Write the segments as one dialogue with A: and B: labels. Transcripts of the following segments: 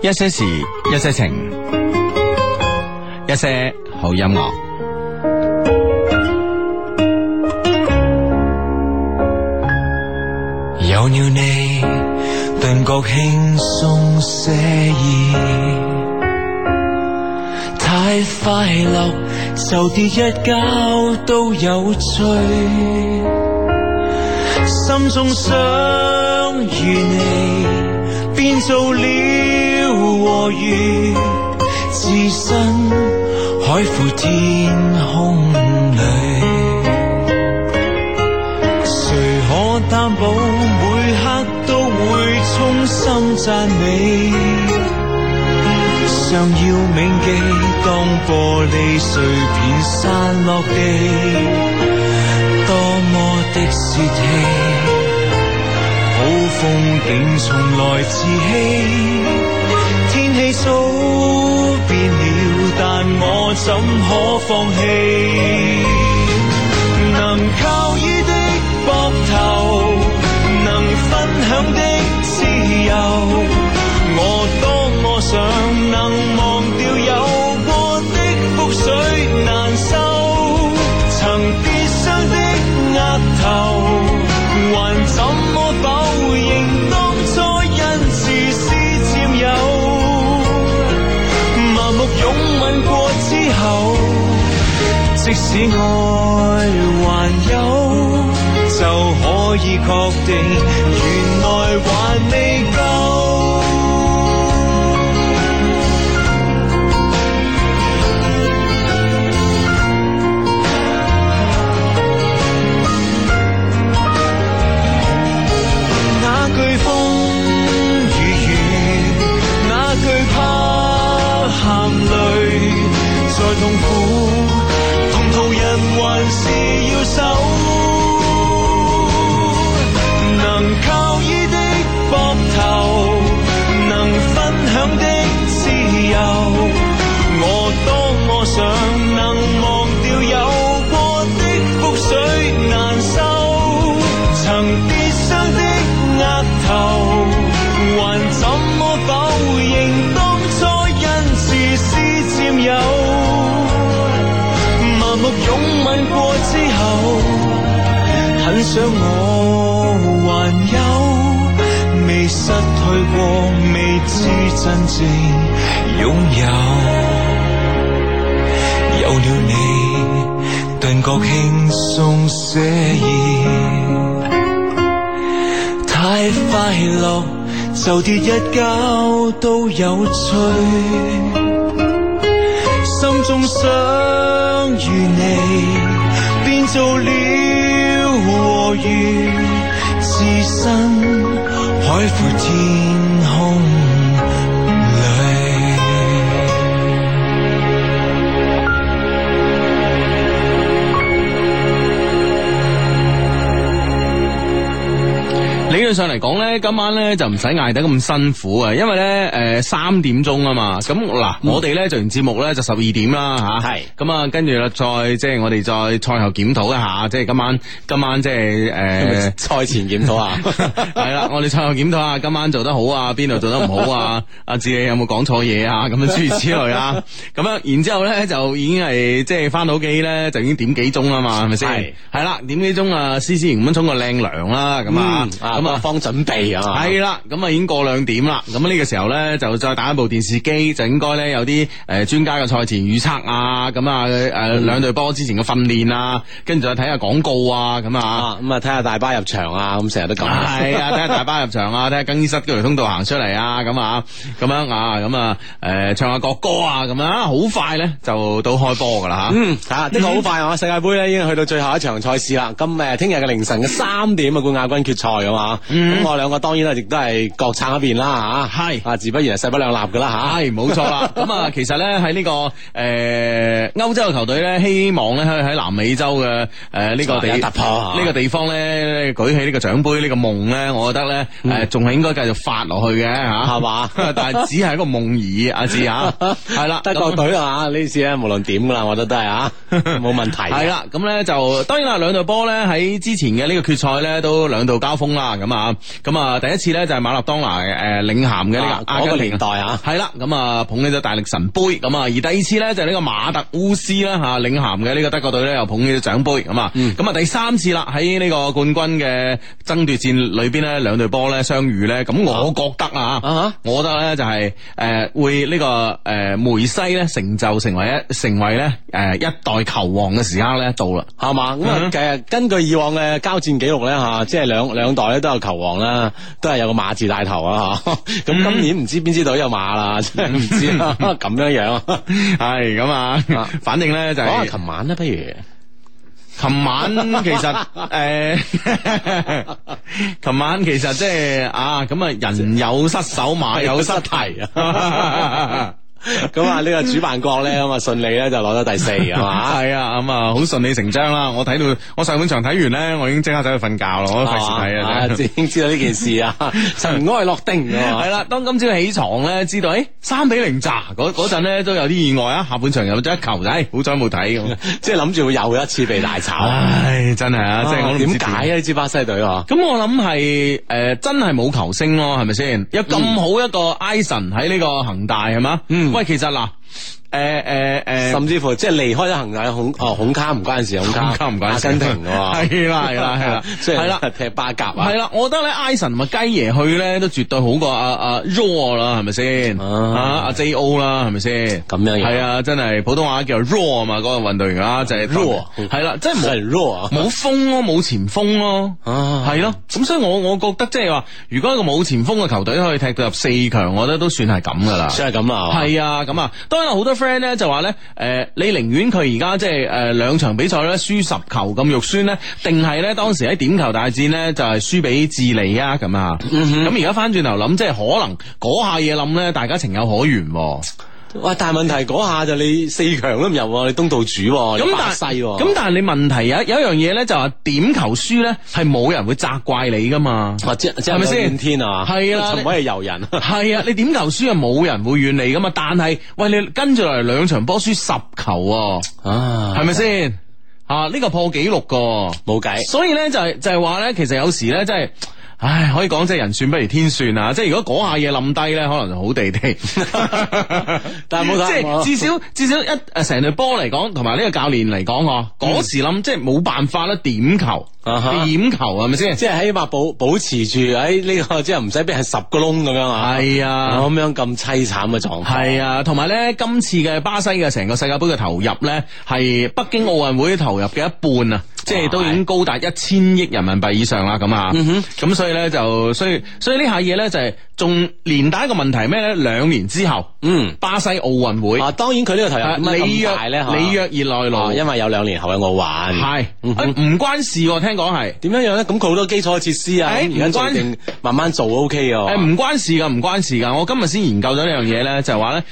A: 一些事，一些情，一些好音樂。
B: 有了你，頓覺輕鬆寫意，太快樂就跌一跤都有趣，心中想與你，變做了和魚，置身海闊天空裏。誰可擔保每刻都會衷心讚美？常要銘記，當玻璃碎片散落地，多麼的泄氣。好風景從來自欺，天氣早變了，但我怎可放棄？能靠依的膊頭，能分享的自由，我當我想能忘掉有過的覆水難收，曾跌傷的額頭，還怎麼否認當初因自私佔有，麻木擁吻過之後。即使愛還有，就可以確定，原來還未夠。那懼風雨雨，那懼怕喊淚，再痛苦，同途人還是要守。能靠依的膊頭，能分享的自由，我當我想能忘掉有過的覆水難收，曾跌傷的額頭，還怎麼否認當初因自私佔有？麻木擁吻過之後，很想我還有，未失去過，未知真正擁有。有了你，頓覺輕鬆寫意。太快樂就跌一跤都有趣，心中想與你變做了和魚，置身海闊天空裏。
A: 理論上嚟講咧，今晚咧就唔使捱得咁辛苦啊，因為咧誒三點鐘啊嘛，咁嗱我哋咧做完節目咧就十二點啦吓，
C: 係
A: 咁啊跟住啦再即係我哋再賽後檢討一下，即係今晚今晚即係呃誒。
C: 賽前檢討啊，
A: 係啦，我哋賽後檢討下今晚做得好啊，邊度做得唔好啊？阿志你有冇講錯嘢啊？咁樣諸如此類啊。咁樣然之後咧就已經係即係翻到屋企咧就已經點幾鐘啦嘛，係咪先
C: 係？
A: 係啦，點幾鐘啊？思思咁樣沖個靚涼啦，咁啊，咁
C: 咁啊
A: 啊。
C: 方準備啊，
A: 係啦，咁啊已經過兩點啦，咁啊呢個時候咧就再打一部電視機，就應該咧有啲誒專家嘅賽前預測啊，咁啊誒兩隊波之前嘅訓練啊，跟住再睇下廣告啊，咁啊。
C: 啊咁啊睇下大巴入場啊，咁成日都咁，
A: 系 啊，睇下大巴入場啊，睇下更衣室嗰條通道行出嚟啊，咁啊，咁樣啊，咁啊，诶、唱下國歌啊，咁啊，好快咧就到開波噶啦吓。
C: 嗯，啊，的確好快啊！世界杯咧已經去到最後一場賽事啦。今誒聽日嘅凌晨嘅三點啊，冠亞軍決賽啊嘛。咁我兩個當然啦，亦都係各撐一邊啦嚇。
A: 係
C: 啊，自不然係勢不兩立噶啦
A: 係冇錯啦，咁啊，其實咧喺呢個诶歐洲嘅球隊咧，希望咧喺喺南美洲嘅诶呢個地
C: 有突破啊
A: 呢個地方咧舉起呢個獎杯呢個夢咧，我覺得咧诶仲係應該繼續發落去嘅吓，
C: 嗯係嘛
A: 但係只係一個夢而已，阿志 吓，係啦，
C: 嚇。德國
A: 咁
C: 隊啊，呢次咧無論點噶啦，我覺得都係 啊，冇問題。
A: 系啦，咁咧就當然啦，兩隊波咧喺之前嘅呢個決賽咧都兩度交鋒啦，咁啊，咁啊第一次咧就係馬勒當拿誒領銜嘅呢個阿
C: 嗰個
A: 根廷
C: 年代啊，
A: 系啦，咁啊捧起咗大力神杯，咁啊而第二次咧就係呢個馬特烏斯啦吓領銜嘅呢個德國隊咧又捧起咗獎杯，咁啊，
C: 嗯
A: 咁啊第三次啦喺呢個冠軍嘅爭奪戰裏邊咧兩隊波咧相遇咧，咁我覺得啊，
C: 啊
A: 我覺得咧就係誒會呢個誒梅西咧成就成為一成為咧誒一代球王嘅時刻咧到啦。
C: 系嘛？咁啊，
A: 嗯
C: 其實根據以往嘅交戰記錄咧吓，即係兩兩代咧都有球王啦，都係有個馬字帶頭啊吓。咁
A: 嗯
C: 今年唔知邊支隊有馬啦，真係唔知啦。 咁樣樣，
A: 係咁啊
C: 啊，
A: 反正咧就
C: 講下
A: 係、
C: 琴晚啦，不如。
A: 琴 晚其實诶， 琴晚其實即係啊，咁啊人有失手，馬 有 失蹄啊。
C: 咁啊，呢個主辦國咧，咁啊順利咧就攞咗第四係嘛？
A: 系啊，咁啊，好順理成章啦！我睇到我上半場睇完咧，我已經即刻走去瞓覺啦， 我都費事睇啊！ 真係
C: 已經知道呢件事啊，塵埃落定啊
A: 系
C: 嘛。
A: 啦，當今朝起床咧，知道诶三比零咋嗰嗰陣咧都有啲意外啊！下半場有咗一球，唉，好彩冇睇咁。
C: 即係諗住會又一次被大炒。
A: 唉，真係啊，即係我都唔知
C: 點解啊？呢支巴西隊啊？
A: 咁我諗係诶，真係冇球星咯，係咪先？有咁好一個 i s o n 喺呢個恒大係嘛？
C: 嗯
A: 喂，其實嗱，呃诶诶诶，
C: 甚至乎即係離開咗恒大孔哦孔卡唔關事，孔卡
A: 孔卡唔關
C: 阿
A: 事
C: 根廷喎，
A: 係啦係 啦係啦
C: 即係
A: 係啦
C: 踢巴甲啊，
A: 係啦，我覺得咧 i s o n 咪雞爺去咧都絕對好過阿阿 Raw 啦，係咪先？
C: 啊
A: 啊阿 Jo 啦，係咪先？
C: 咁樣樣
A: 係啊，真係普通話叫 Raw 啊嘛，嗰個運動員啊就係
C: Raw
A: 係啦，即係冇
C: 係 raw 啊
A: 冇鋒咯，冇前鋒咯。
C: 啊，
A: 系咯，咁所以我我觉得即系话，如果一个冇前锋嘅球队可以踢到入四强，我觉得都算系咁噶啦。
C: 算係咁啦，
A: 系啊，咁啊，當然有好多 friend 咧就話咧，诶、你寧願佢而家即係诶兩場比賽咧輸十球咁肉酸咧，定係咧當時喺點球大戰咧就係輸俾智利啊咁啊，咁而家翻轉頭諗，即係可能嗰下嘢諗咧，大家情有可原喎、
C: 哇！但係問題嗰下就你四強都唔入喎，你東道主喎，你
A: 咁
C: 巴
A: 但
C: 西
A: 係
C: 喎，
A: 咁但係你問題有有一樣嘢咧，就話點球輸咧係冇人會責怪你噶嘛。
C: 哇即即
A: 係咪
C: 係
A: 先
C: 先天啊？
A: 係啦
C: 就唔可以遊 人。
A: 系啊，你點球輸啊，冇人會遠你噶嘛。但係喂，你跟住落嚟兩場波輸十球、喎，
C: 啊
A: 係，咪先？啊，呢、個破紀錄噶。
C: 冇計。
A: 所以咧就係、就係話咧，其實有時咧真係。唉，可以講即係人算不如天算啊！即係如果嗰下嘢冧低咧，可能就好地地。
C: 但係冇
A: 即係
C: 睇，
A: 至少至少一誒成隊波嚟講，同埋呢個教練嚟講，嗬，嗰時冧即係冇辦法啦，點球、
C: 嗯啊哈
A: 點球係咪先？
C: 即係起碼保保持住喺呢個，即係唔使俾人十個窿咁樣啊！
A: 係啊。
C: 咁樣咁凄慘嘅狀況。
A: 係啊，同埋咧，今次嘅巴西嘅成個世界盃嘅投入咧，係北京奧運會投入嘅一半啊，即係都已經高達一千億人民幣以上啦，咁啊，
C: 嗯
A: 咁所以咧就，所以所以呢下嘢咧就係仲連帶一個問題係咩咧？兩年之後，
C: 嗯
A: 巴西奧運會，
C: 啊，當然佢呢個投入
A: 啊
C: 點
A: 里
C: 解
A: 約
C: 咁大咧？嚇
A: 里約熱內
C: 哦
A: 盧
C: 因為有兩年後嘅奧運。
A: 嗯係，
C: 嗯
A: 誒唔關事喎，聽講係。
C: 點樣樣咧？咁佢好多基礎設施
A: 誒
C: 啊，咁而
A: 哎唔
C: 家
A: 關
C: 做定慢慢做 O K 嘅。
A: 誒唔關事噶，唔關事噶。我今日先研究咗呢樣嘢咧，就係話咧，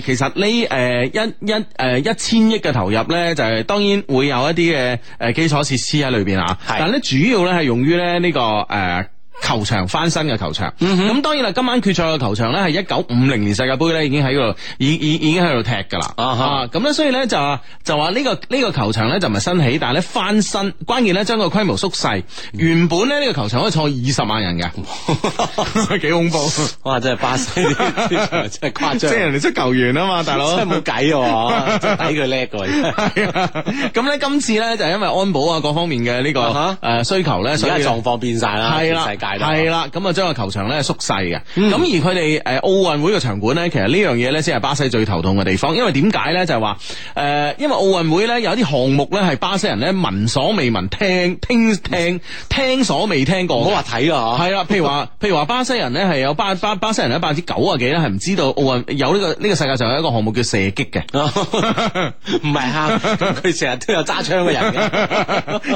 A: 誒其實呢誒一一誒一千億嘅投入咧，就係當然會有一啲嘅誒基礎設施喺裏邊啊。
C: 係
A: 但係咧主要咧係用於咧呢個誒。球場翻新嘅球場，咁、當然啦，今晚決賽嘅球場咧係一九五零年世界盃咧已經喺嗰度，已已已經喺度踢㗎啦。
C: 啊哈
A: 咁咧，所以咧就話就話呢、個呢、個球場咧就唔係新起，但係咧翻新，關鍵咧將個規模縮細。原本咧呢、個球場可以坐二十萬人嘅， 幾恐怖！
C: 哇！真係巴西呢 啲真係誇張，
A: 即係人哋出球員啊嘛，大佬。
C: 真係冇 計喎，真係睇佢叻㗎。
A: 係啊咁咧，今次咧就係因為安保啊各方面嘅呢
C: 啊
A: 個
C: 哈
A: 诶需求咧，
C: 而
A: 所以
C: 家
A: 呢
C: 狀況變晒啦，
A: 係
C: 全
A: 啦，
C: 世界都
A: 係啦，咁啊將個球場咧縮細嘅。咁而佢哋誒奧運會嘅場館咧，其實呢樣嘢咧先係巴西最頭痛嘅地方，因為點解咧就係話誒，因為奧運會咧有啲項目咧係巴西人咧聞所未聞、 聽聽聽聽所未聽過
C: 唔
A: 嘅。
C: 好話睇啦，
A: 係啦，譬如話，譬如話巴西人咧係有巴巴巴西人咧百分之九啊幾咧係唔知道奧運有呢、個呢、個世界上有一個項目叫射擊 嘅。
C: 嗬 唔係啊，咁佢成日都有揸槍嘅人 嘅。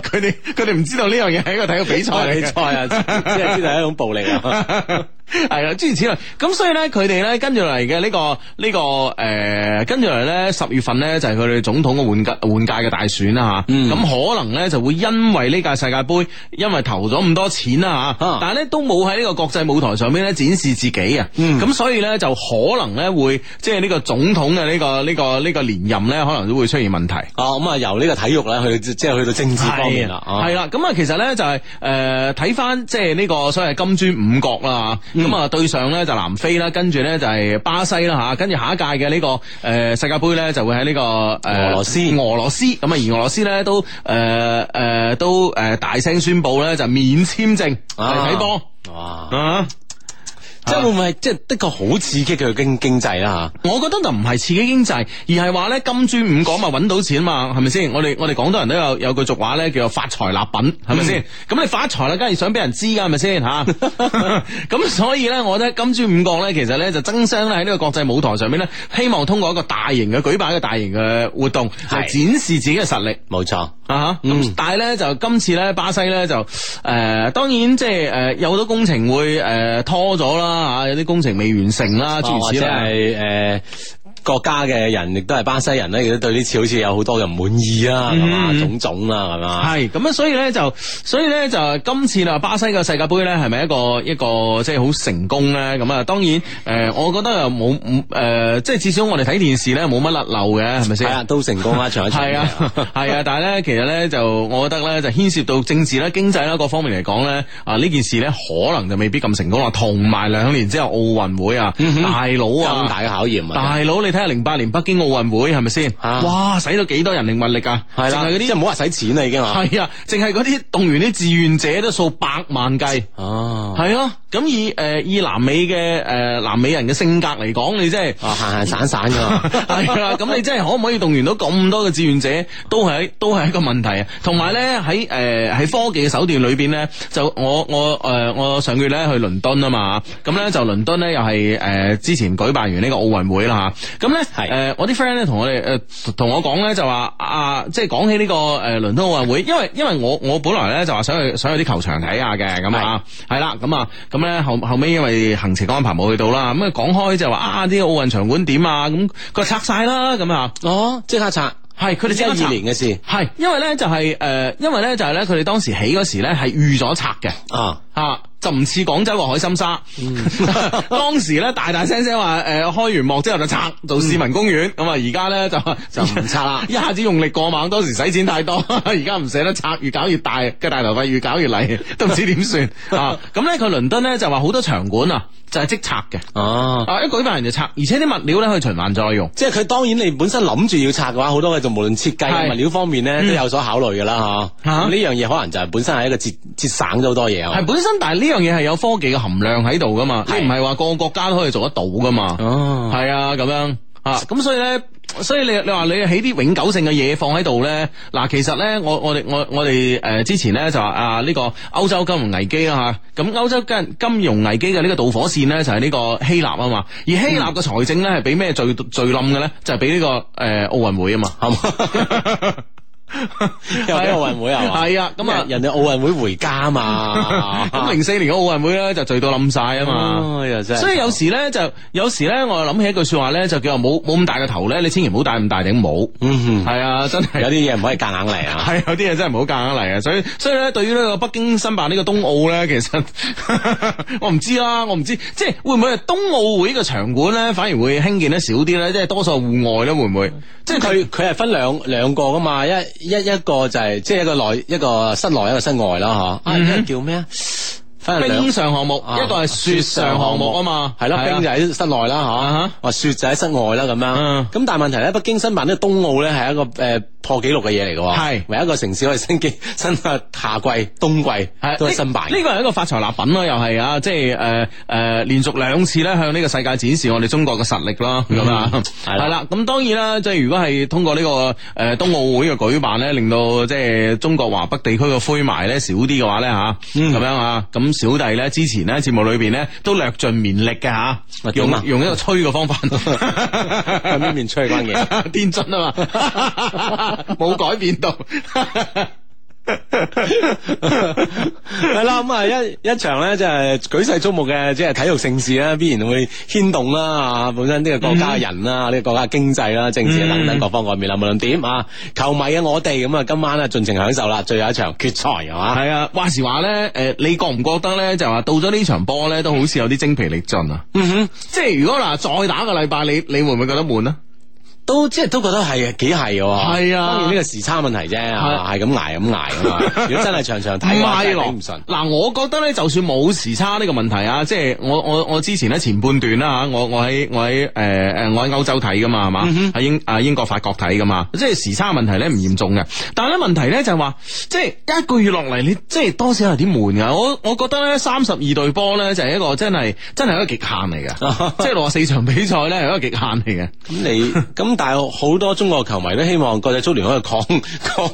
A: 佢哋佢哋唔知道呢樣嘢係一個體育比賽
C: 比
A: 嚟嘅
C: 賽啊，即係知道係一種暴力啊。
A: 系啦，諸如此類。咁所以咧，佢哋咧跟住嚟嘅呢個呢、個诶、呃跟住嚟咧十月份咧就係佢哋總統嘅換屆換屆嘅大選啦吓。咁、可能咧就會因為呢屆世界盃，因為投咗咁多錢啦吓，
C: 啊
A: 但係咧都冇喺呢個國際舞台上面咧展示自己啊。咁、所以咧就可能咧會即係呢個總統嘅呢、個呢、個呢、個連任咧，可能都會出現問題。
C: 哦，咁啊，由呢個體育咧，去即係去到政治方面啦，哦
A: 系啦，咁啊，其實咧就係诶睇翻即係呢個所謂金磚五國啦，
C: 嗯
A: 咁啊對上咧就南非啦，跟住咧就係巴西啦吓，跟住下一屆嘅呢個诶世界盃咧就會喺呢個诶
C: 俄羅斯
A: 俄羅斯咁啊，而俄羅斯咧都诶诶都诶大聲宣布咧就免簽證
C: 啊
A: 嚟睇波
C: 哇！
A: 啊！
C: 即係會唔會係即係的確好刺激佢嘅經經濟啦
A: 我覺得就唔係刺激經濟，而係話咧金磚五國咪揾到錢嘛，係咪先？我哋我哋廣東人都有有句俗話咧，叫做發財立品，係咪先？咁、你發財啦，梗係想俾人知㗎，係咪先吓？咁所以咧，我覺得金磚五國咧，其實咧就爭相咧喺呢個國際舞台上面咧，希望通過一個大型嘅舉辦一個大型嘅活動，嚟展示自己嘅實力。
C: 嚇，冇錯。
A: 啊哈咁、但系咧就今次咧巴西咧就誒、呃，當然即係誒有好多工程會誒、呃拖咗啦嚇，有啲工程未完成啦，諸如
C: 啊或
A: 此
C: 者
A: 類。
C: 哦係誒國家嘅人，亦都係巴西人咧，亦都對呢次好似有好多嘅唔滿意啦，
A: 嗯
C: 咁啊，種種啦，係嘛？
A: 系咁啊，所以咧就，所以咧就今次啦，巴西嘅世界杯咧，系咪一个一个即系好成功咧？咁啊，当然诶、呃我觉得又冇诶、呃即系至少我哋睇电视咧冇乜甩漏嘅，系咪
C: 係
A: 先
C: 啊，？都成功啦，唱一唱。
A: 系啊，系啊，但系咧，其實咧就，我覺得咧就牽涉到政治啦、經濟啦各方面嚟講咧，啊呢件事咧可能就未必咁成功啦。同埋兩年之後奧運會啊，大佬
C: 嗯咁
A: 啊
C: 大。嘅考驗啊！
A: 大佬，你睇下零八年北京奧運會係咪先？
C: 啊
A: 哇，使咗幾多人力物力啊！
C: 係啦，
A: 淨係嗰
C: 即係唔好話使錢啦，已經啊。
A: 啲係啊，淨係嗰啲動員啲志願者都數百萬計。
C: 哦，
A: 係啊，咁以诶以南美嘅诶南美人嘅性格嚟講，你真係
C: 啊，閒閒散散 㗎。
A: 系啦，啊咁你真系可唔可以動員到咁多嘅志願者，都係都系一個問題啊。同埋咧喺诶喺科技嘅手段裏边咧，就我我诶、呃我上個月咧去倫敦啊嘛，咁咧就倫敦咧又係诶、呃之前舉辦完呢個奧運會啦吓，咁咧
C: 係
A: 诶我啲 friend 咧同我哋诶同我講咧就話啊，即係講起呢、個个诶伦敦奧運會，因為因為我我本來咧就話想去想去啲球場睇下嘅咁啊，係啦，咁啊咁咧後後尾因為行程安排冇去到啦，咁啊講開就話啊啲奧運場館點啊，咁佢話拆晒啦咁啊，
C: 哦，即刻拆，
A: 係佢哋
C: 一
A: 即刻拆
C: 二年嘅事
A: 係因為咧就係、呃因為咧就係咧佢哋當時起嗰時咧係預咗拆嘅。
C: 啊。
A: 啊，就唔似廣州個海心沙。 當時咧大大聲聲話誒開完幕之後就拆做市民公園，咁啊而家咧就就
C: 唔拆啦
A: 一下子用力過猛，當時使錢太多， 而家唔捨得拆，越搞越大嘅大頭髮，越搞越嚟， 都唔知點算啊！咁咧佢倫敦咧就話好多場館啊，就係即拆嘅。
C: 哦。
A: 啊！一哦舉辦完就拆，而且啲物料咧可以循環再用。
C: 即係佢當然你本身諗住要拆嘅話，好多嘅就無論設計啊
A: 係嗯
C: 物料方面咧都有所考慮㗎啦嚇。
A: 啊
C: 咁呢樣嘢可能就係本身係一個節節省咗好多嘢啊。
A: 係本身，但係呢樣嘢係有科技嘅含量喺度噶嘛，你唔係話個個國家都可以做得到噶嘛。
C: 哦，
A: 系啊，咁样啊，咁所以咧，所以你你话你起啲永久性嘅嘢放喺度咧，嗱，其實咧，我我哋我我哋诶之前咧就話啊呢個歐洲金融危機啦吓，咁歐洲金金融危機嘅呢個導火線咧就係呢個希臘啊嘛，而希臘嘅財政咧係俾咩最最冧嘅咧，就係俾呢個诶奥运会啊嘛，
C: 係嘛？又俾奧運會係嘛？
A: 係啊，咁啊，
C: 人哋奧運會回家 嘛，
A: 咁零四年嘅奧運會咧就最到冧晒啊嘛。
C: 啊哦又真係
A: 所以有時咧就有時咧，我諗起一句说話咧，就叫做冇冇咁大嘅頭咧，你千祈唔好戴咁大頂帽。
C: 嗯
A: 係啊，真係
C: 有啲嘢唔可以夾硬嚟啊。
A: 係有啲嘢真係唔好夾硬嚟啊！所以所以咧，對於呢個北京申辦呢個冬奧咧，其實 我唔知啦，我唔知即係會唔會係冬奧會嘅場館咧，反而會興建得少啲咧，即係多數係戶外咧，會唔會？即嗯
C: 即係佢佢係分兩兩個噶嘛，一一一個就係即係一個內一個室內一個室外啦嚇。啊，一個叫咩啊？分兩
A: 嗯冰上項目，
C: 啊
A: 一個係雪上項目啊嘛，
C: 係咯，
A: 啊
C: 冰就喺室內啦
A: 哈
C: 嚇，話雪就喺室外啦咁
A: 嗯
C: 樣。咁但係問題咧，北京申辦呢個冬奧咧係一個誒破紀錄嘅嘢嚟嘅喎，
A: 係
C: 唯一一個城市可以申 京申夏季、冬季
A: 係
C: 都係
A: 呢
C: 申辦嘅。
A: 呢個係一個發財立品咯，又係啊，即係誒誒，連續兩次咧向呢個世界展示我哋中國嘅實力啦，咁啊，
C: 嗯係啦
A: 係啦，咁當然啦，即係如果係通過呢個誒冬奧會嘅舉辦咧，令到即係中國華北地區嘅灰霾咧少啲嘅話咧嚇，
C: 嗯
A: 咁樣啊，咁小弟咧之前咧節目裏邊咧都略盡綿力嘅嚇
C: 啊，
A: 用
C: 點啊
A: 用一個吹嘅方法，
C: 係邊 面
A: 啊
C: 吹關鍵？
A: 天津啊嘛，冇改變到。
C: 系啦，咁啊一一场咧，即系举世瞩目嘅，即系体育盛事啦，必然会牵动啦，啊本身呢个国家嘅人
A: 嗯
C: 啦，呢、个国家嘅经济啦、政治啊等等各方外面啦，无论点啊，球迷嘅我哋咁啊，今晚啊尽情享受啦，最后一场决赛系嘛，
A: 系啊，话時 話咧，诶、你覺唔覺得咧？就話到咗呢場波咧，都好似有啲精疲力盡啊！嗯哼，即係如果嗱再打個禮拜，你你會唔會覺得悶啊？
C: 都即系都觉得系几系嘅喎，
A: 係啊
C: 当然呢个时差问题啫，
A: 係
C: 系咁挨咁挨啊嘛，如果真系场场睇嘅話，
A: 係
C: 真係
A: 咯
C: 頂唔顺，
A: 嗱，我覺得咧，就算冇時差呢個問題啊，即係我我我之前咧前半段啦吓，我我喺我喺诶诶，我喺歐洲睇噶嘛，係
C: 嗯
A: 嘛，喺英啊英國法國睇噶嘛，即係時差問題咧唔嚴重嘅，但係咧問題咧就係話，即係一個月落嚟，你即係多少有啲悶噶。我我覺得咧三十二隊波咧就係一個真係真係一個極限嚟 嘅，即係六十四場比賽咧係一個極限嚟嘅。
C: 咁 你咁但系好多中國球迷都希望國際足聯可以抗抗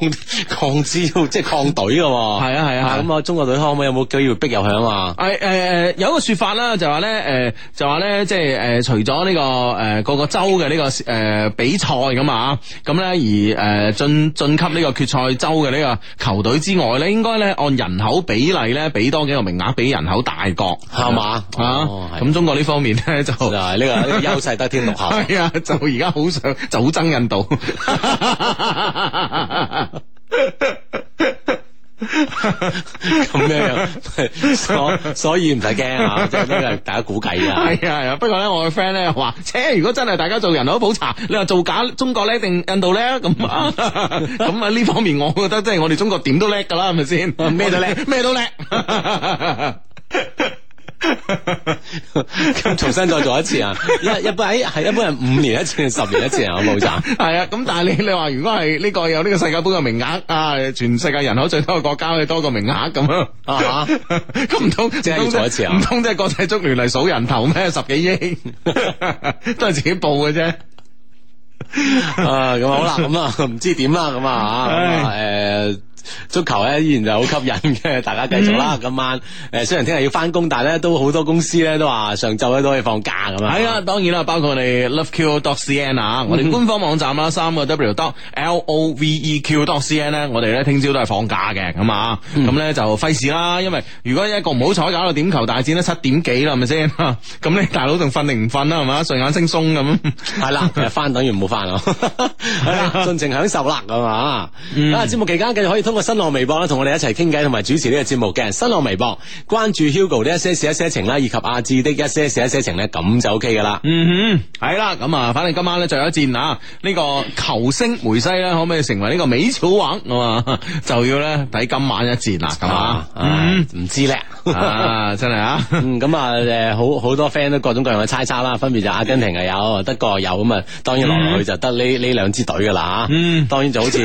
C: 抗招，即係抗隊嘅喎。
A: 係啊係啊係啊
C: 咁啊，中國隊可唔可以有冇機會逼入去啊嘛？
A: 诶诶诶，哎呃有一個说法啦，就話咧诶，誒就話咧即係诶，誒除咗呢、個个诶各個州嘅呢、個个誒比賽咁啊，咁咧而诶進進級呢個決賽州嘅呢個球隊之外咧，應該咧按人口比例咧，俾多幾個名額俾人口大國，
C: 係嘛
A: 啊
C: 哦，係
A: 咁中國呢方面咧就。
C: 就 係呢個呢個優勢得天獨厚。
A: 係啊，就而家好想就好憎印度。
C: 咁樣樣， 所所以唔使 驚啊！即係呢個係大家估計啊。
A: 系啊系啊，不過咧，我嘅 friend 咧話，切，如果真係大家做人口普查，你話做假中國咧定印度咧咁 啊？咁啊呢方面，我覺得即係我哋中國點都叻㗎啦，係咪先？
C: 咩都叻，
A: 咩都叻。
C: 咁重新再做一次啊！一一般喺係一般係五年一次，十年一次啊！我冇賺。
A: 係啊，咁但係你你話如果係呢個有呢個世界盃嘅名額啊，全世界人口最多嘅國家，你多個名額咁啊，
C: 啊
A: 咁唔通
C: 即
A: 唔
C: 係
A: 通
C: 要做一次啊
A: 唔通即係國際足聯嚟數人頭咩？十幾億 都係自己報嘅啫。
C: 啊，咁好啦，咁啊， 唔知點啦，咁啊，咁啊誒。足球咧依然就好吸引嘅，大家繼續
A: 嗯
C: 啦。今晚誒雖然聽日要翻工，但係咧都好多公司咧都話上晝咧都可以放假咁啊。
A: 系啊，當然啦，包括我哋 loveq.cn 啊，
C: 嗯
A: 我哋官方網站啦，三個 w dot l o v e q dot c n 咧，我哋咧聽朝都係放假嘅，咁啊，
C: 嗯
A: 咁咧就費事啦，因為如果一個唔好彩搞到點球大戰咧七點幾啦，係咪先？ 咁你大佬仲瞓定唔瞓啊啦，係嘛？睡眼惺忪咁。
C: 係啦，其實翻等於冇翻 啊。係啦，盡情享受啦咁啊。
A: 嗯
C: 啊，節目期間繼續可以通過新浪微博啦，同我哋一齊傾偈同埋主持呢個節目嘅新浪微博，關注 Hugo 的一些事一些情啦，以及阿志的一些事一些情咧，咁就 OK 噶啦。
A: 嗯哼，系啦，咁啊，反正今晚咧最後一戰啊，呢、個球星梅西咧可唔可以成為呢個美草王啊嘛？就要咧睇今晚一戰啦，咁啊
C: 啊，，唉
A: 嗯，
C: 唔知咧。
A: 啊，真係啊。
C: 嗯，咁啊，诶，好好多 friend 都各種各樣嘅猜測啦，分別就阿根廷係有，德國又有，咁啊，當然落落去就得呢呢兩支隊噶啦吓。啊
A: 嗯
C: 當然就 好似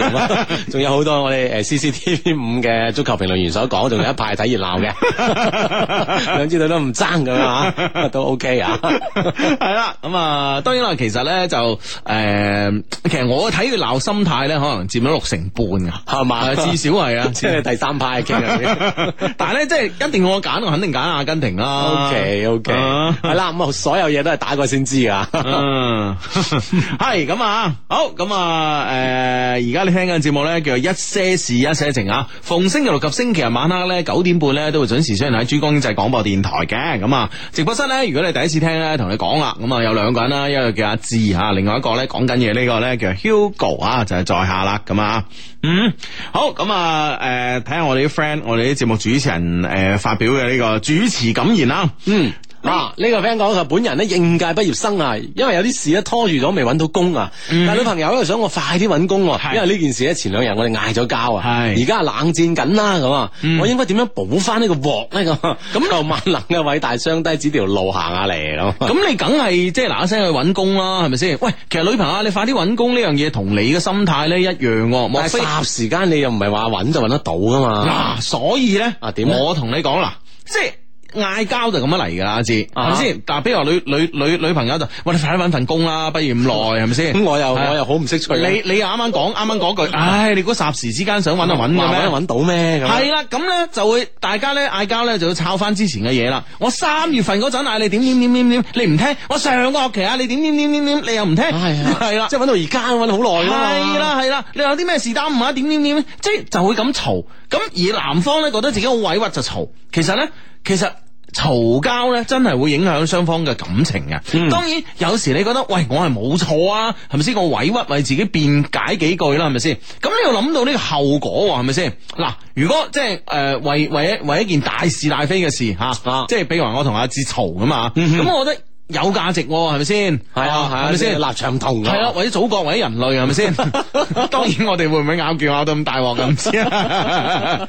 C: 仲有好多我哋诶 CCTV 五嘅足球評論員所講，仲有一派睇熱 鬧嘅，兩支隊都唔爭咁啊，都 OK 啊。
A: 系啦，咁啊，當然啦，其實咧就诶、誒其實我睇佢鬧心態咧，可能佔咗六成半 啊，
C: 係嘛
A: 係至少係啊，
C: 即係第三派傾 啊。
A: 但係咧，即係一定要我揀，我肯定揀阿根廷啦。
C: O K O K，
A: 啊
C: 係啦，咁啊，所有嘢都係打過先知噶。
A: 嗯，系咁啊，好咁啊，诶、而家你聽緊嘅節目咧叫做一些事一些情啊，逢星期六及星期日晚黑咧九點半咧都會準時出現喺珠江經濟廣播電台嘅，咁啊，直播室咧如果你第一次聽咧，同你講啦，咁啊有兩個人啦，一個叫阿志啊，另外一個咧講緊嘢呢個咧叫 Hugo 啊，就係在下啦，咁啊，嗯，好咁啊，诶、睇下我哋啲 friend，我哋啲節目主持人诶、誒發表嘅呢個主持感言啦，
C: 嗯。啊！呢、個 friend 講佢本人咧應屆畢業生啊，因為有啲事咧拖住咗未揾到工啊。但係女朋友咧想我快啲揾工喎、
A: 嗯係
C: 因為呢件事咧前兩日我哋嗌咗交啊，
A: 係嗯
C: 而家冷戰緊啦咁啊，我應該點樣補翻呢個鑊咧咁啊？ 咁就萬能嘅偉大雙低指條路行下嚟咁。啊
A: 咁你梗係即係嗱嗱聲去揾工啦，係咪先？喂，其實女朋友啊，你快啲揾工呢樣嘢同你嘅心態咧一樣喎，莫
C: 但
A: 非
C: 係啊霎時間你又唔係話揾就揾得到噶嘛？
A: 嗱？所以咧，
C: 啊點咧
A: 我同你講啦，即係嗌交就咁樣嚟㗎啦，阿志
C: 啊
A: 係咪先？但係比如話女女女女朋友就，喂你快啲揾份工啦，不如咁 耐係咪先？
C: 咁我又
A: 係啊
C: 我又好唔識趣啊，
A: 你你又啱啱講啱啱講句，唉，你估霎時之間想揾就揾嘅
C: 話
A: 咩？啊
C: 搵搵到咩？咁啊
A: 系啦，咁咧就會大家咧嗌交咧就要抄翻之前嘅嘢啦。我三月份嗰陣嗌你點點點點點，你唔聽；我上個學期啊你點點點點點，你又唔聽。
C: 係啊
A: 係啦，
C: 即係搵到而家搵好耐啦。
A: 係啦係啦，你話有啲咩事耽誤啊？點點點，即係就會咁嘈。咁而男方咧覺得自己好委屈就嘈，其實咧其實。嘈交咧，真係會影響雙方嘅感情嘅。
C: 嗯
A: 當然有時你覺得，喂，我係冇錯啊，係咪先？我委屈為自己辯解幾句啦，係咪先？咁你要諗到呢個後果喎，係咪先？嗱，如果即係誒為為一為一件大是大非嘅事嚇，
C: 啊嗯
A: 即係比如話我同阿志嘈咁嘛，咁、我覺得有價值喎，係咪先？
C: 係啊，係啊，
A: 哦咪先？
C: 立場同
A: 系啦，，為咗祖國，為咗人類，係咪 先？當然，我哋會唔會拗撬拗到咁大鑊咁唔知 啊，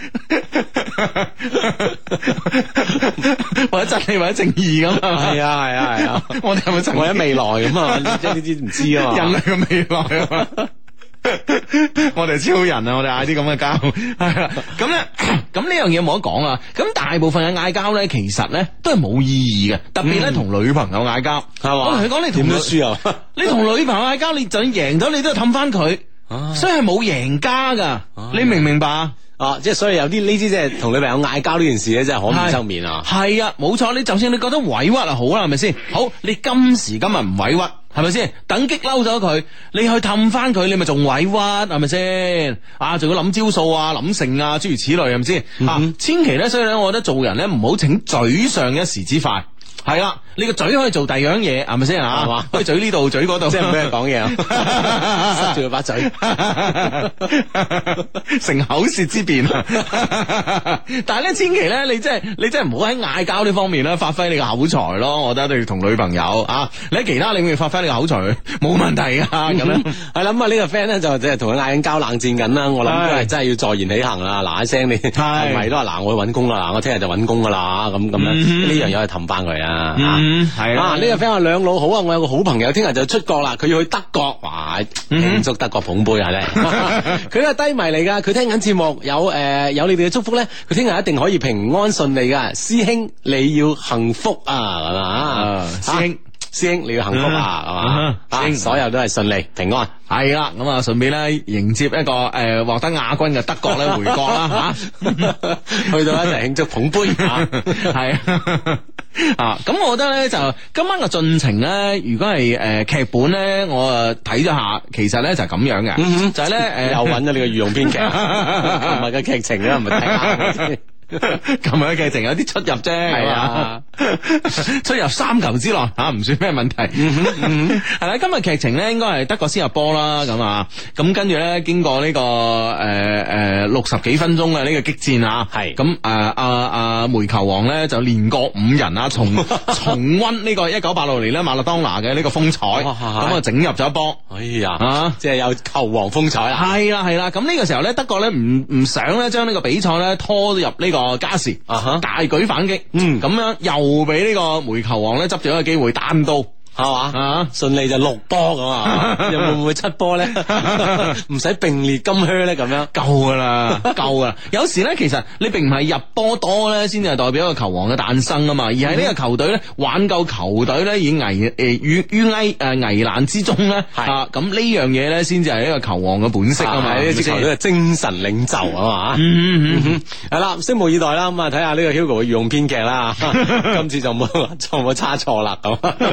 A: 或者真理，或者正義咁
C: 係
A: 啊？
C: 啊，係啊，係啊，
A: 我哋係咪曾
C: 為咗未來咁啊， 即係呢啲唔知啊
A: 人
C: 嘛
A: 類。嘅未來 啊嘛？我哋係超人啊！我哋嗌啲咁嘅交，係啦。咁 咧，咁呢樣嘢冇得講啊。咁大部分嘅嗌交咧，其實咧都係冇意義嘅，特別咧同女朋友嗌交，
C: 嗯係嘛
A: 我同你講，你同
C: 點都
A: 女
C: 輸啊！
A: 你同女朋友嗌交，你就算贏咗，你都係氹翻佢，
C: 啊
A: 所以係冇贏家噶，你明唔明白啊？
C: 啊，即係所以有啲呢啲即係同女朋友嗌交呢件事咧，真係可免則免啊！
A: 係啊，冇錯，你就算你覺得委屈啊，好啦，係咪先？好，你今時今日唔委屈。係咪先？等激嬲咗佢，你去氹翻佢，你咪仲委屈，係咪先？啊，仲要諗招數啊，諗成啊，諸如此類，係咪先？
C: 嗯
A: 啊，千祈咧，所以咧，我覺得做人咧唔好逞嘴上一時之快，係啦，你個嘴可以做第二樣嘢，係咪先
C: 係
A: 啊
C: 嘛？
A: 可以嘴呢度，嘴嗰度，
C: 即係唔俾人講嘢 啊，塞住佢把嘴。
A: 成口舌之辯 啊！但係咧，千祈咧，你真係你真係唔好喺嗌交呢方面咧，發揮你嘅口才咯。我覺得你同女朋友啊，你喺其他領域發揮你嘅口才冇問題啊。咁樣
C: 係啦，咁啊呢個 friend 咧就即係同佢嗌緊交，冷戰緊啦。我諗都
A: 係
C: 係真係要坐言起行啦，嗱一聲你係咪都話嗱，我去揾工啦，嗱我聽日就揾工噶啦，咁咁樣呢樣嘢去氹翻佢啊。
A: 嗯係啦
C: 啊呢個 friend 話兩老好啊，我有個好朋友聽日就出國啦，佢要去德國，哇
A: 嗯
C: 慶祝德國捧杯 啊咧。佢都係低迷嚟㗎，佢聽緊節目有誒有你哋嘅祝福咧，佢聽日一定可以平安順利㗎。師兄你要幸福啊，係嘛
A: 啊？師兄
C: 啊。師兄，你要幸福啊，係
A: 嗯
C: 嘛？
A: 師
C: 啊
A: 兄
C: 所有都係順利平安。
A: 係啦，咁啊，順便咧迎接一個誒獲、得亞軍嘅德國咧回國啦啊嚇。
C: 去到一齊慶祝捧杯啊！
A: 係 啊。啊，咁我覺得咧就今晚嘅進程咧，如果係誒劇本咧，我啊睇咗下，其實咧就係咁樣嘅，就係咧誒
C: 又揾咗你個御用編劇，唔係個劇情啊，唔係睇
A: 咁樣嘅，淨有啲出入啫，係
C: 係啊，
A: 出入三球之內吓，唔算咩問題。
C: 嗯
A: 係啦，今日劇情咧應該係德國先入波啦，咁啊，咁跟住咧經過呢個誒誒六十幾分鐘嘅呢個激戰啊，
C: 係
A: 咁誒阿阿梅球王咧就連過五人啊， 重重温呢個一九八六年咧馬拉當拿嘅呢個風采，
C: 哇
A: 咁啊整入咗一波。
C: 哎
A: 啊
C: 呀，即係有球王風采啦！
A: 係啦係啦，咁呢個時候咧，德國咧唔唔想咧將呢個比賽咧拖入呢個加時，
C: 啊哈
A: 大舉反擊，
C: 嗯
A: 咁樣又俾呢個梅球王咧執咗一個機會單刀
C: 係嘛？
A: 啊！
C: 順利就六波咁啊！又會唔會七波咧？唔使並列金靴咧咁樣。
A: 夠噶啦， 夠噶啦！有時咧，其實你並唔係入波多咧，先至係代表一個球王嘅誕生啊嘛，而係
C: 嗯
A: 呢個球隊咧挽救球隊咧，以危誒於於危誒危難之中咧，
C: 係
A: 啊咁呢樣嘢咧，先至係呢個球王嘅本色啊嘛，
C: 呢支球隊嘅精神領袖啊嘛，
A: 嗯嗯嗯
C: 係啦，拭目以待啦，咁啊睇下呢個 Hugo 嘅御用編劇啦，今次就冇就冇差錯啦咁。
A: 系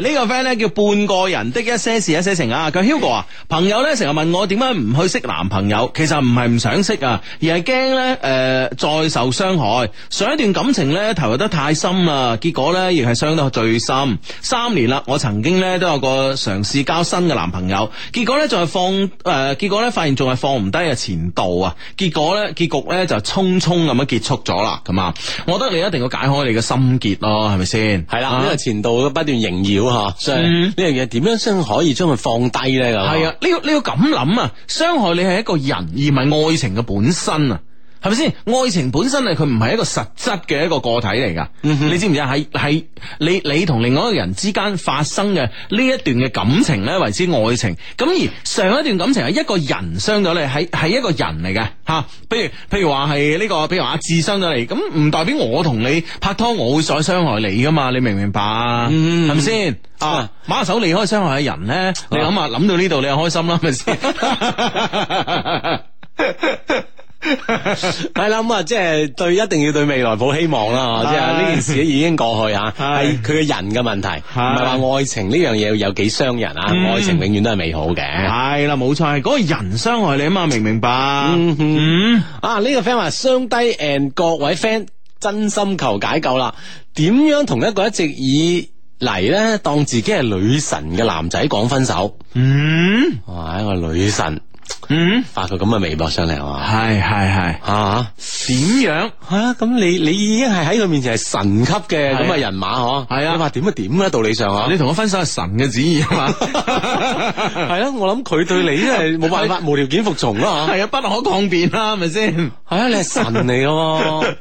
A: 呢個 friend 咧叫半個人的一些事一些情啊，佢 Hugo 啊，朋友咧成日問我點解唔去識男朋友，其實唔係唔想識啊，而係驚咧诶再受傷害。上一段感情咧投入得太深啦，結果咧亦係傷得最深。三年啦，我曾經咧都有個嘗試交新嘅男朋友，結果咧仲係放诶、呃，结果咧發現仲係放唔低嘅前度啊，結果咧結局咧就匆匆咁樣結束咗啦，咁啊，我覺得你一定要解開你嘅心結咯，係咪先？
C: 係啦，
A: 啊嗯
C: 因為前度不斷縈繞吓，所以呢樣嘢點樣先可以將佢放低
A: 啊
C: 咧？咁
A: 系啊，，你要你要咁諗啊，傷害你係一個人，而唔係愛情嘅本身啊。係咪先？愛情本身係佢唔係一個實質嘅一個個體嚟㗎，你知唔知啊？係係你你同另外一個人之間發生嘅呢一段嘅感情咧，為之愛情。咁而上一段感情係一個人傷咗你，係係一個人嚟嘅吓。譬如譬如話係呢個，譬如話阿志傷咗你，咁唔代表我同你拍拖，我會再傷害你㗎嘛？你明唔明白啊？係咪先？啊
C: 啊，
A: 馬手離開傷害嘅人咧，你諗下諗到呢度，你就開心啦，係咪 先？
C: 系啦，咁啊，即系对，一定要对未來抱希望啦，
A: 係
C: 即係呢件事已經過去吓，係佢嘅人嘅問題，唔係話愛情呢樣嘢有幾傷人啊，
A: 嗯
C: 愛情永遠都係美好嘅。
A: 係啦，冇錯，係嗰個人傷害你啊嘛，明唔明白？
C: 嗯哼
A: 嗯，
C: 啊，呢、個 friend 話雙低 and 各位 friend 真心求解救啦，點樣同一個一直以嚟咧當自己係女神嘅男仔講分手？
A: 嗯，
C: 哇，一個女神
A: 嗯，
C: 發個咁嘅微博上嚟係嘛？
A: 係係係，
C: 啊，
A: 點樣？
C: 系啊，咁你你已經係喺佢面前係神級嘅咁嘅人馬嗬，
A: 係啊
C: 你話點啊點啊，道理上啊
A: 你，同我分手係神嘅旨意啊 嘛。
C: 係啦，我諗佢對你真啊係冇啊辦法無條件服從啦
A: 係啊，不可抗辯啦，係咪先？ 唔
C: 吓，係啊，你係神嚟嘅喎，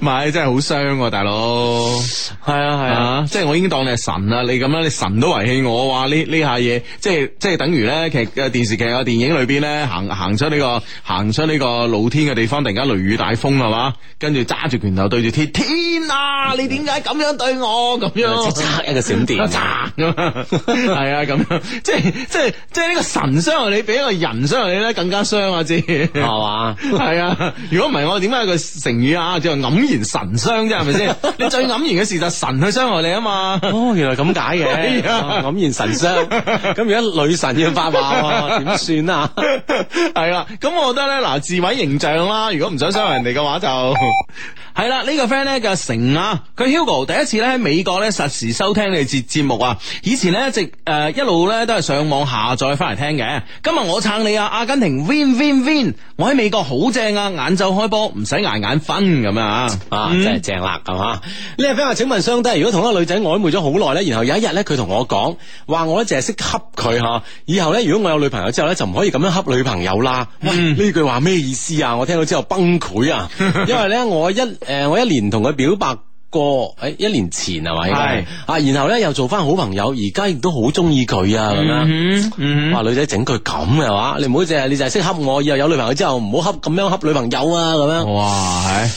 A: 係真係好傷喎，大佬。
C: 係啊係啊，
A: 啊！即係我已經當你係神啦，你咁樣你神都遺棄我，哇！呢呢下嘢，即係即係等於咧劇嘅電視劇啊、電影裏邊咧行行出呢、個行出呢個露天嘅地方，突然間雷雨大風係嘛，跟住揸住拳頭對住天，天啊！你點解咁樣對我咁樣？
C: 哦 即刻一個閃電，
A: 啊咁啊，係啊，咁樣，即係即係即係呢個神傷害你，比一個人傷害你咧更加傷啊！知
C: 係嘛？
A: 系啊，如果唔系我點解有個成語啊，叫做黯然神傷啫，係咪 先？你最黯然嘅事就係神去傷害你啊嘛。
C: 哦，原來咁解嘅，哦
A: 係啊
C: 黯然神傷。咁而家女神要發話 喎，點算啊？
A: 係啦，咁我覺得咧，嗱，自毀形象啦，如果唔想傷害人哋嘅話就， 係啦。呢、個 friend 咧叫阿成啊，佢 Hugo 第一次咧喺美國咧實時收聽你哋節節目啊，以前咧一直誒、呃一路咧都係上網下載翻嚟聽嘅。今日我撐你啊，阿根廷 win win win，我喺美國好正啊，晏晝開波唔使捱眼瞓咁啊，
C: 啊，真係正啦，咁吓。呢個 friend 話：請問相低，如果同一個女仔曖昧咗好耐咧，然後有一日咧，佢同我講話，我咧淨係識恰佢吓，以後咧，如果我有女朋友之後咧，就唔可以咁樣恰女朋友啦。喂，呢句話咩意思啊？我聽到之後崩潰啊！因為咧，我一誒我一年同佢表白。過誒一年前係咪？應該係啊，然後咧又做翻好朋友，而家亦都好中意佢啊咁樣。
A: 嗯嗯
C: 哇！女仔整句咁嘅話，你唔好淨係你就係識恰我，以後有女朋友之後唔好恰咁樣恰女朋友啊咁樣。
A: 哇，係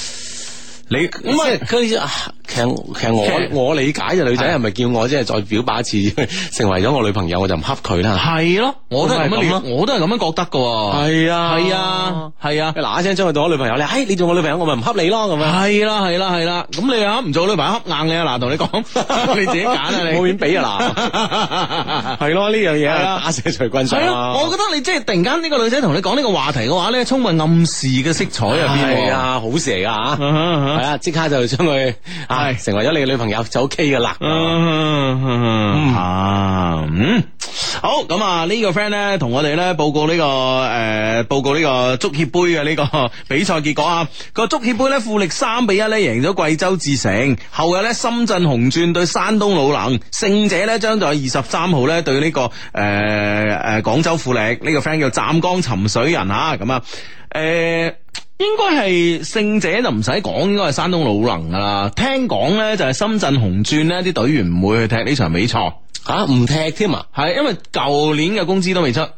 A: 你
C: 唔係佢啊其實其實
A: 其實
C: 我我理解嘅女仔係咪啊叫我即係再表白一次，成為咗我女朋友我就唔恰佢啦？
A: 係咯，我都係咁
C: 都係咁
A: 樣
C: 咯
A: 理，我都係咁樣覺得噶。
C: 係啊
A: 係啊，係啊。
C: 嗱一聲將佢當我女朋友咧，哎你做我女朋友我咪唔恰你咯咁樣。
A: 系啊啦系啦系啦，咁你啊唔做女朋友恰硬你啊嗱，同你 講，你自己揀啊你。
C: 冇面俾 啊
A: 嗱。
C: 嗱，係咯呢樣嘢
A: 係啊
C: 打死隨棍
A: 系
C: 上
A: 咯，我覺得你即係突然間呢個女仔同你講呢個話題嘅話咧，充滿暗示嘅色彩入邊。嗯
C: 係，啊，好蛇啊嚇！係啊，即刻就將佢啊
A: 係
C: 成為咗你嘅女朋友就 OK 噶啦。
A: 嗯啊，嗯，好咁啊！呢個 friend 咧同我哋咧報告呢個誒報告呢個足協杯嘅呢個比賽結果啊！個足協杯咧富力三比一咧贏咗貴州智誠，後日咧深圳紅鑽對山東魯能，勝者咧將在二十三號咧對呢個誒誒廣州富力呢個 friend 叫湛江沉水人啊咁啊誒。應該係勝者就唔使講，應該係山東魯能噶啦。聽講咧就係深圳紅鑽呢啲隊員唔會去踢呢場比賽，
C: 嚇唔踢添啊！
A: 係因為舊年嘅工資都未出。啊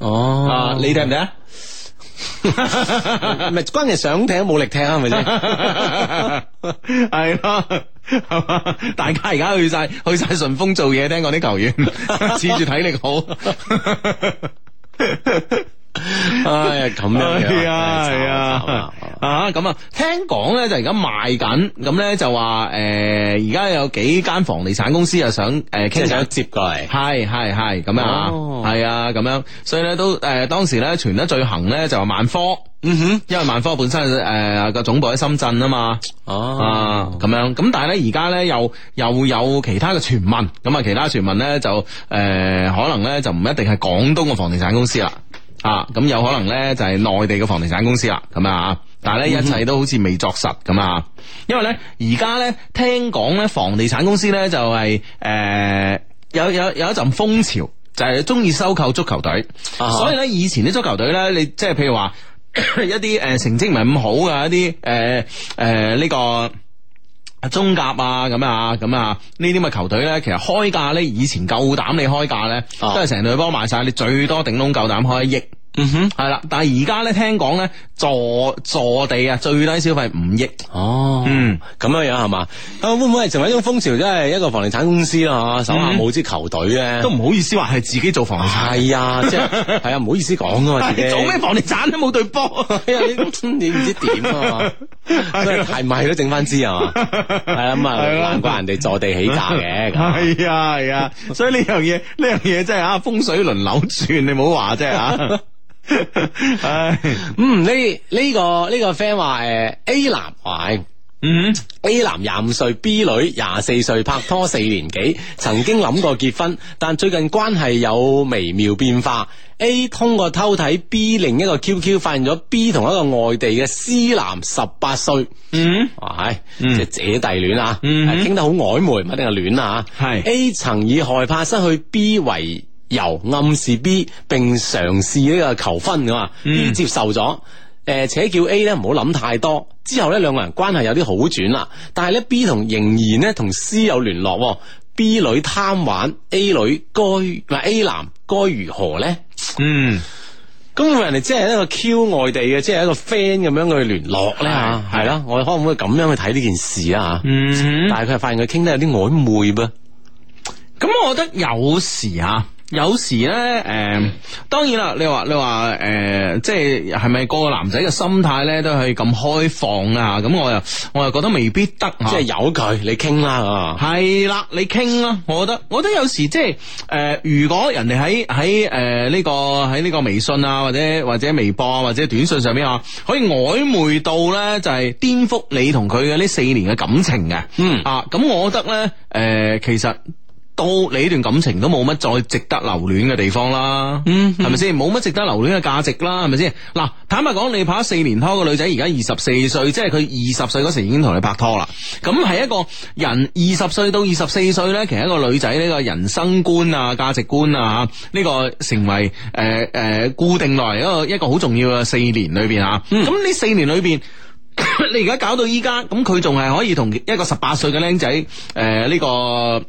C: 哦，
A: 你踢唔踢啊？
C: 唔係關鍵想踢都冇力踢啊，係咪先？
A: 係咯。係嘛大家而家去晒去晒順豐做嘢，聽講啲球員 恃住體力好，
C: 哎呀，咁樣嘅，
A: 係啊係啊啊咁啊！聽講咧就而家賣緊，咁咧就話誒而家有幾間房地產公司啊想誒
C: 即
A: 傾
C: 係
A: 緊
C: 想接過嚟。
A: 係係係咁樣啊，
C: 哦
A: 係啊咁樣，所以咧都誒、呃、當時咧傳得最行咧就係萬科，
C: 嗯哼，
A: 因為萬科本身誒個、總部喺深圳啊嘛，啊
C: 哦，
A: 咁樣，咁但係咧而家咧又又有其他嘅傳聞，咁啊其他傳聞咧就誒、呃可能咧就唔一定係廣東嘅房地產公司啦，啊咁有可能咧就係、內地嘅房地產公司啦，咁啊。但係咧，一切都好似未作實咁啊！因為咧，而家咧聽講咧，房地產公司咧就係、呃有有有一陣風潮，就係中意收購足球隊，
C: 啊哈
A: 所以咧以前啲足球隊咧，你即係譬如話。 一啲诶成績唔係咁好嘅一啲诶诶呢個。中甲啊，咁啊，咁啊，呢啲咁嘅球隊咧，其實開價咧，以前夠膽你開價咧，
C: 啊
A: 都係成隊波賣晒，你最多頂籠夠膽開一億。
C: 嗯哼，
A: 系啦，但系而家咧聽講咧坐坐地啊，最低消費五億。
C: 哦，
A: 嗯，
C: 咁樣樣係嘛？啊，會唔會係成為一種風潮？即係一個房地產公司啦，手下冇支球隊咧，
A: 嗯都唔好意思話係自己做房地產，
C: 係啊，即係係啊，唔好意思講噶嘛，自己
A: 做咩？房地產都冇對 波。
C: 因為你你唔知 點啊 嘛，所以係咪都整翻支啊嘛？係啊，咁 啊，
A: 係啊
C: 難怪人哋坐 地起價嘅咁。
A: 係啊係啊，所以呢樣嘢呢樣嘢真係啊風水輪流轉，你唔好話啫 啊。唉，
C: 嗯，呢呢個呢個 friend 話誒 A 男話。
A: 嗯，
C: A 男廿五歲，B 女廿四歲，拍拖四年幾，曾經諗過結婚，但最近關係有微妙變化。A 通過偷睇 B 另一個 QQ，發現咗 B 同一個外地嘅 C 男十八歲，
A: 嗯，
C: 哇，係即係姐弟戀啊，
A: 嗯
C: 傾得好曖昧，唔一定係戀啊。
A: 係
C: A 曾以害怕失去 B 為由暗示 B，並嘗試呢個求婚噶嘛、b
A: 嗯
C: 接受咗。誒、且叫 A 咧唔好諗太多，之後咧兩個人關係有啲好轉啦，但係咧 B 同仍然咧同 C 有聯絡喎，B 女貪玩，A 女該唔係 A 男該如何咧？
A: 嗯。
C: 咁會唔會人哋即係一個 Q 外地嘅，即係一個 friend 咁樣去聯絡咧嚇，
A: 係
C: 係啦，我哋可唔可以咁樣去睇呢件事啊？嚇
A: 嗯啊
C: 但係佢係發現佢傾得有啲曖昧噃。
A: 咁我覺得有時啊。有時咧，誒、當然啦，你話你話誒、即係係咪個個男仔嘅心態咧都係咁開放啊？咁我又我又覺得未必得啊。
C: 即係由佢，你傾啦啊！
A: 係啦，你傾啦，我覺得，我覺得有時即係誒、如果人哋喺喺誒呢個喺呢個微信啊，或者或者微博啊，或者短信上面啊，可以曖昧到咧，就係、顛覆你同佢嘅呢四年嘅感情嘅，
C: 嗯
A: 啊，咁我覺得咧，誒、其實。到你呢段感情都冇乜再值得留戀嘅地方啦，
C: 嗯
A: 係咪先？冇乜值得留戀嘅價值啦，係咪先？嗱，坦白講，你拍咗四年拖嘅女仔而家二十四歲，即係佢二十歲嗰時已經同你拍拖啦。咁係一個人二十歲到二十四歲呢，其實一個女仔呢個人生觀啊、價值觀啊，呢、個成為誒誒、呃呃固定落嚟一個一個好重要嘅四年裏邊啊。咁呢、四年裏邊。 你而家搞到依家，咁佢仲係可以同一個十八歲嘅僆仔，誒、呢、個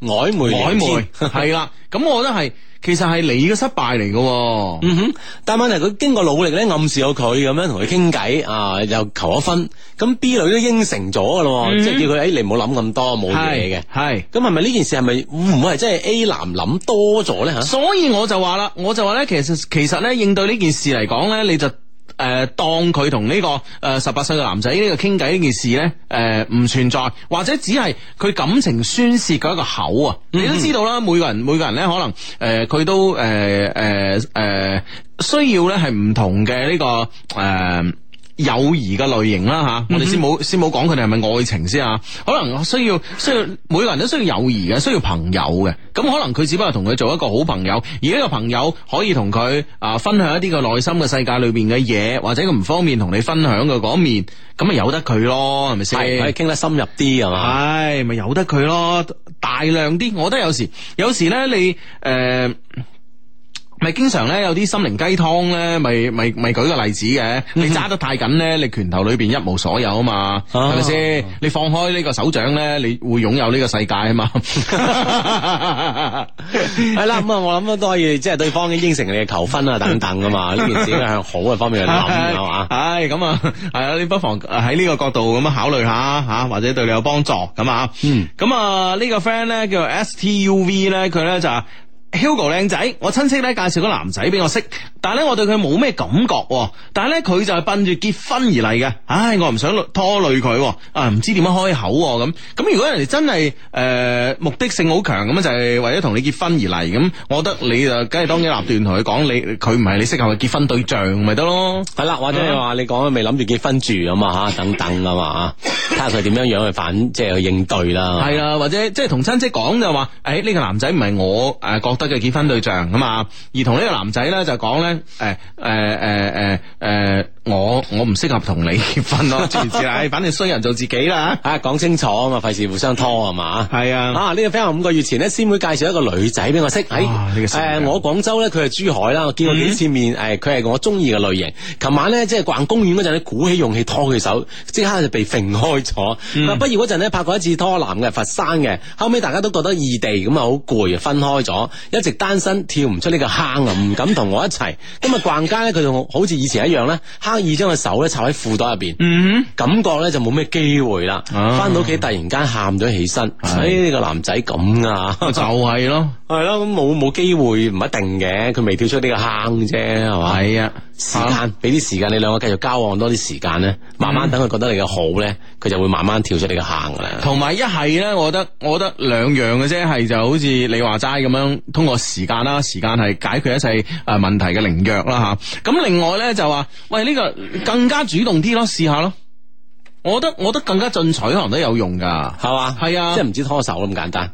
C: 曖昧
A: 曖
C: 曖
A: 昧係啦，咁我覺得係其實係你嘅失敗嚟嘅喎。
C: 嗯哼，但問題佢經過努力咧，暗示咗佢咁樣同佢傾偈啊，又求咗婚，咁 B 女都應承咗噶咯，即係叫佢誒、哎你唔好諗咁多，冇嘢嘅。
A: 嗯係。
C: 咁係咪呢件事係咪會唔會係真係 A 男諗多咗咧吓？
A: 所以我就話啦，我就話咧，其實其實咧，應對呢件事嚟講咧，你就。誒、當佢同呢個誒十八歲嘅男仔呢個傾偈呢件事呢，誒、唔存在，或者只係佢感情宣泄嘅一個口啊！你都知道啦，每個人每個人呢，可能誒佢、都誒誒誒需要呢係唔同嘅呢、個誒。友誼嘅類型啦吓，我哋先冇先冇講佢哋係咪愛情先啊，可能需要需要每個人都需要友誼嘅，需要朋友嘅，咁可能佢只不過同佢做一個好朋友，而呢個朋友可以同佢啊分享一啲佢內心嘅世界裏邊嘅嘢，或者佢唔方便同你分享嘅嗰一面，咁咪由得佢咯，係咪先？
C: 係可以傾得深入啲係嘛？
A: 唉，咪由得佢咯，大量啲。我覺得有時，有時咧你诶。呃咪經常咧有啲心靈雞湯咧，咪咪咪舉個例子嘅，你揸得太緊咧，你拳頭裏邊一無所有啊嘛，係咪先？你放開呢個手掌咧，你會擁有呢個世界啊嘛。
C: 係啦，咁啊，我諗都可以，即係對方已經應承你嘅求婚啊，等等啊嘛，呢件事應該向好嘅方面去諗啊 係嘛？
A: 唉，咁啊， 係啊，你不妨喺呢個角度咁樣考慮下吓，或者對你有幫助咁啊。嗯，咁啊呢個 friend 咧叫 S T U V 咧，佢咧就話 Hugo 靚仔，我親戚咧介紹個男仔俾我識，但係咧我對佢冇咩感覺喎，但係咧佢就係奔住結婚而嚟嘅，唉，我唔想拖累佢喎，啊唔知點樣開口喎咁，咁如果人哋真係誒、呃目的性好強咁樣就係為咗同你結婚而嚟，咁我覺得你就梗係當機立斷同佢講你佢唔係你適合嘅結婚對象咪得咯。
C: 係啦，或者你話你講嗯未諗住結婚住啊嘛吓，等等啊嘛吓，睇下佢點樣樣去反即係去應對啦。
A: 系啊啦，或者即系同親戚講就話，诶、呢、個男仔唔係我诶觉得嘅結婚對象啊嘛，而同呢個男仔咧就講咧，诶诶诶诶诶。誒我我唔適合同你結婚咯，諸如此類，反正衰人做自己啦。
C: 啊，講清楚啊嘛，費事互相拖係嘛。
A: 係啊，
C: 啊！呢、個 friend 話五個月前咧，師妹介紹一個女仔俾我識，喺、
A: 哇呢個師妹啊
C: 誒我廣州咧，佢係珠海啦，我見過幾次面，誒佢係我中意嘅類型。琴晚咧，即係逛公園嗰陣咧，鼓起勇氣拖佢手，即刻就被揈開咗。
A: 嗯
C: 嗱畢業嗰陣咧，拍過一次拖男嘅，佛山嘅，後尾大家都覺得異地咁啊，好攰啊，分開咗，一直單身，跳唔出呢個坑啊，唔敢同我一齊。咁啊，逛街咧，佢就好似以前一樣咧，刻意將個手咧插喺褲袋入邊。
A: 嗯，
C: 感覺咧就冇咩機會啦，
A: 啊
C: 翻到屋企突然間喊咗起身，
A: 係
C: 哎呢個男仔 咁啊，
A: 就係咯，
C: 係咯，咁冇冇機會唔一定嘅，佢未跳出呢個坑啫，係嘛？
A: 係啊，
C: 時間俾啲時間你兩個繼續交往多啲時間咧，慢慢等佢覺得你嘅好咧，佢就會慢慢跳出你嘅坑噶啦。
A: 同埋一係咧，我覺得我覺得兩樣嘅啫，係就好似你話齋咁樣，通過時間啦，時間係解決一切誒問題嘅靈藥啦吓。咁另外咧就話，喂呢、個更加主動啲咯，試下咯。我覺得我覺得更加進取可能都有用噶。
C: 係嘛？
A: 係啊
C: 即係唔止拖手咁簡單。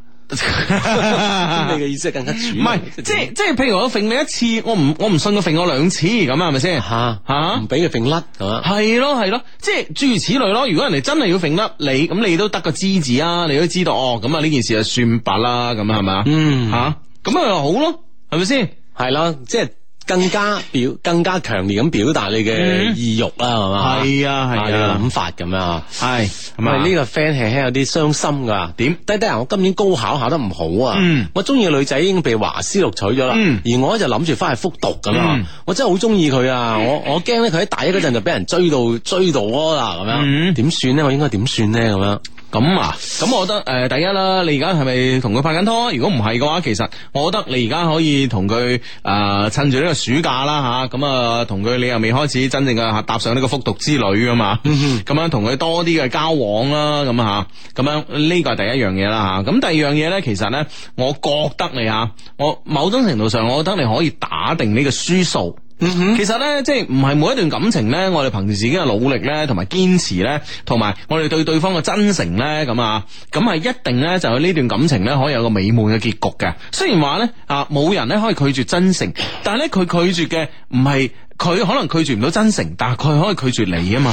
C: 你嘅意思係更加主
A: 唔係，即係即係，譬如我揈你一次，我唔我唔信佢揈我兩次，咁啊，係咪先？
C: 吓
A: 嚇
C: 吓，唔俾佢揈甩係嘛？
A: 係咯係咯，即係諸如此類咯。如果人哋真係要揈甩你，咁你都得個知字啊，你都知道哦。咁啊呢件事就算白啦，咁啊係嘛？
C: 嗯
A: 吓咁啊好咯，係咪先？
C: 係咯，即係更加表更加強烈咁表達你嘅意欲啦，係嘛？
A: 嗯係啊係啊
C: 你嘅諗法咁樣啊。
A: 係
C: 咁啊，呢個 friend 輕輕有啲傷心噶。
A: 點
C: 低低啊！我今年高考考得唔好啊。
A: 嗯
C: 我中意嘅女仔已經被華師錄取咗啦。
A: 嗯
C: 而我就諗住翻去復讀咁啊
A: 嗯。
C: 我真係好中意佢啊！我我驚咧，佢喺大一嗰陣就俾人追到追到窩啦咁樣。
A: 嗯
C: 點算咧？我應該點算咧？咁樣
A: 咁啊，咁我覺得誒、呃第一啦，你而家係咪同佢拍緊拖？如果唔係嘅話，其實我覺得你而家可以同佢誒趁住呢個暑假啦吓，咁啊同佢你又未開始真正嘅踏上呢個復讀之旅噶嘛，咁樣同佢多啲嘅交往啦，咁吓，咁樣呢個係第一樣嘢啦吓。咁第二樣嘢咧，其實咧，我覺得你吓，我某種程度上，我覺得你可以打定呢個輸數。其實咧，即係唔係每一段感情咧，我哋憑住自己嘅努力咧，同埋堅持咧，同埋我哋對對方嘅真誠咧，咁啊，咁係一定咧，就有呢段感情咧，可以有個美滿嘅結局嘅。雖然話咧啊，冇人咧可以拒絕真誠，但係咧佢拒絕嘅唔係。佢可能拒絕唔到真誠，但係佢可以拒絕你啊嘛。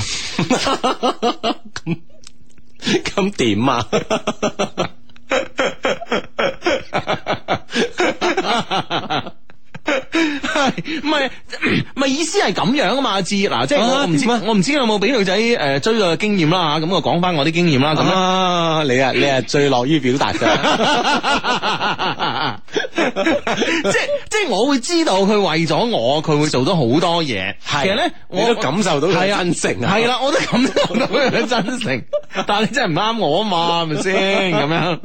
C: 咁點啊？
A: 唔係唔係意思係咁樣啊嘛，阿志嗱，即係我
C: 啊
A: 我唔知
C: 點啊
A: 我唔知有冇俾女仔誒追嘅經驗啦嚇，咁我講翻我啲經驗啦咁啦。
C: 啊！ 你啊，你係最樂於表達 㗎。
A: 即即係我會知道佢為咗我，佢會做咗好多嘢。
C: 係啊
A: 其實咧，
C: 你
A: 我
C: 都感受到佢
A: 係啊
C: 真誠啊
A: 係啦，我都感受到佢嘅真誠。但係你真係唔啱我啊嘛，係咪先咁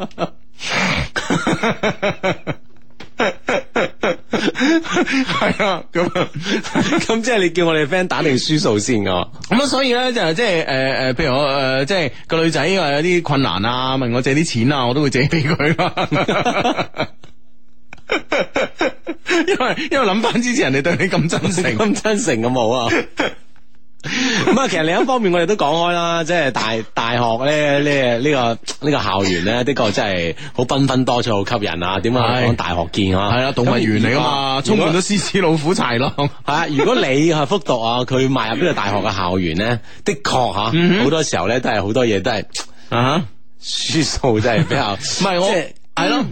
A: 樣？ 係啊，咁啊
C: 咁即係你叫我哋 friend 打定輸數先㗎。
A: 咁啊，所以咧就即係誒誒，譬如我誒、呃即係個女仔話有啲困難啊，問我借啲錢啊，我都會借俾佢啊啦。 因為因為諗翻之前人哋對你咁真誠，
C: 咁真誠咁好啊！咁啊，其實另一方面，我哋都講開啦，即係大大學咧，呢呢個呢個校園咧，的確真係好繽紛多彩，好吸引啊！點啊，
A: 係
C: 講大學見啊，
A: 係啦，動物園嚟噶嘛，
C: 咁如
A: 充
C: 果
A: 滿咗獅子、老虎、豺狼。
C: 係啊！如果你係復讀啊，佢邁入呢個大學嘅校園咧，的確
A: 嗯
C: 吓，
A: 哼
C: 好多時候咧都係好多嘢都係
A: 啊，
C: 輸數，真係 比較唔
A: 唔係我係咯，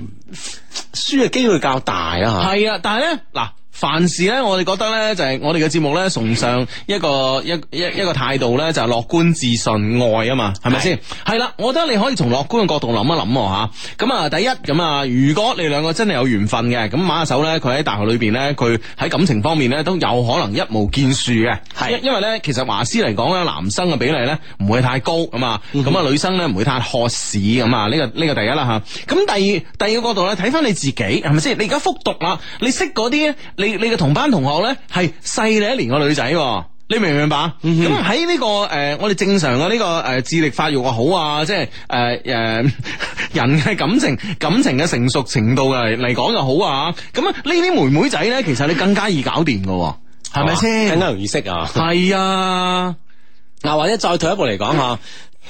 C: 輸嘅機會較大啦
A: 係啊，但係咧嗱。凡事咧，我哋覺得咧，就係、我哋嘅節目咧，崇尚一個一一一個態度咧，就係、樂觀、自信、愛啊嘛，係咪先？係啦，我覺得你可以從樂觀嘅角度諗一諗喎吓。咁啊，第一咁啊，如果你兩個真係有緣分嘅，咁馬下手咧，佢喺大學裏邊咧，佢喺感情方面咧都有可能一無建樹嘅。
C: 係
A: 因因為咧，其實華師嚟講咧，男生嘅比例咧唔會太高咁啊，咁啊女生咧唔會太渴市咁啊，呢個呢個第一啦吓。咁第二第二個角度咧，睇翻你自己係咪先？你而家復讀啦，你識嗰啲你你嘅同班同學咧係細你一年嘅女仔喎。你明唔明白？咁喺呢個誒、呃我哋正常嘅呢、個誒、呃智力發育又好啊，即係誒誒 人嘅感情感情嘅成熟程度嚟嚟講又好啊。咁啊，呢啲妹妹仔咧，其實你更加易搞掂㗎喎，
C: 吓，哦
A: 係咪先
C: 更？加容易識啊！
A: 系啊，
C: 嗱，或者再退一步嚟講吓，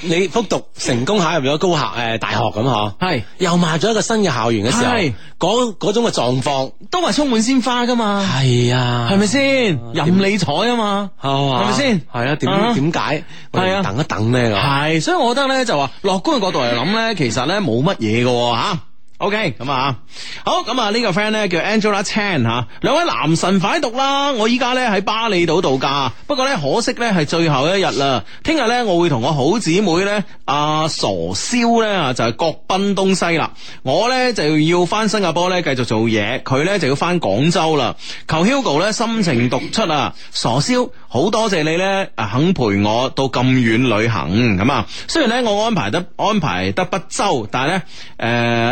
C: 你復讀成功考入咗高校誒大學咁嗬，
A: 係
C: 又邁咗一個新嘅校園嘅時
A: 係
C: 候，嗰嗰種嘅狀況，
A: 都話充滿鮮花噶嘛，
C: 係啊
A: 係咪先？任你彩啊嘛，係
C: 係
A: 咪
C: 咪
A: 先
C: 先？係啊，
A: 啊
C: 點點解我
A: 係啊
C: 哋等一等咧？咁
A: 係，所以我覺得咧就話樂觀嘅角度嚟諗咧，其實咧冇乜嘢嘅喎吓。OK，咁啊，好咁啊，呢個 friend 咧叫 Angela Chan 吓，兩位男神快讀啦！我依家咧喺巴厘島度假，不過咧可惜咧係最後一日啦。聽日咧我會同我好姊妹咧阿傻燒咧啊就係各奔東西啦。我咧就要翻新加坡咧繼續做嘢，佢咧就要翻廣州啦。求 Hugo 咧心情讀出啊，傻燒好多謝你咧啊肯陪我到咁遠旅行咁啊。雖然咧我安排得安排得不周，但係咧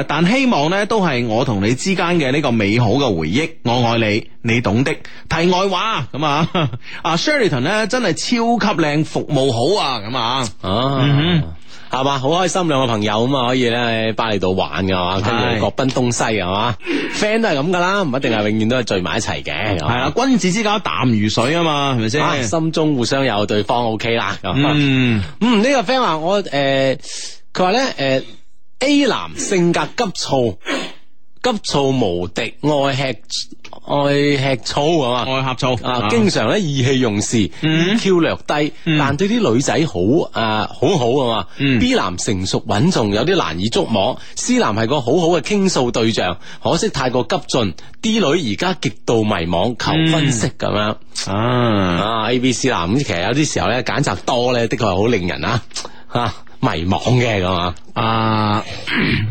A: 誒，但希望咧都係我同你之間嘅呢個美好嘅回憶。我愛你，你懂的。題外話咁啊， 啊 Sheraton 咧真係超級靚，服務好啊咁啊。嗯
C: 啊。係嘛，好開心兩個朋友咁啊，可以咧喺巴厘島玩嘅係嘛，
A: 係
C: 跟住各奔東西係嘛，friend 都係咁噶啦，唔一定係永遠都係聚埋一齊嘅。係
A: 係啦，君子之交淡如水啊嘛，係咪
C: 啊
A: 先？
C: 心中互相有對方 OK 啦。咁
A: 嗯，
C: 嗯，呢、個 friend 話我誒，佢話咧誒，A 男性格急躁，急躁無敵，愛吃愛吃醋啊嘛。
A: 愛呷醋
C: 啊，經常咧意氣用事
A: 嗯
C: ，EQ 略低，
A: 嗯
C: 但對啲女仔好啊，好好啊嘛。
A: 嗯
C: B 男成熟穩重，有啲難以捉摸。C 男係個好好嘅傾訴對象，可惜太過急進。D 女而家極度迷茫，求分析咁樣。
A: 啊。
C: 啊 A、B、C 啦，咁其實有啲時候咧揀擇多咧，的確係好令人啊啊迷茫嘅咁啊。
A: 啊，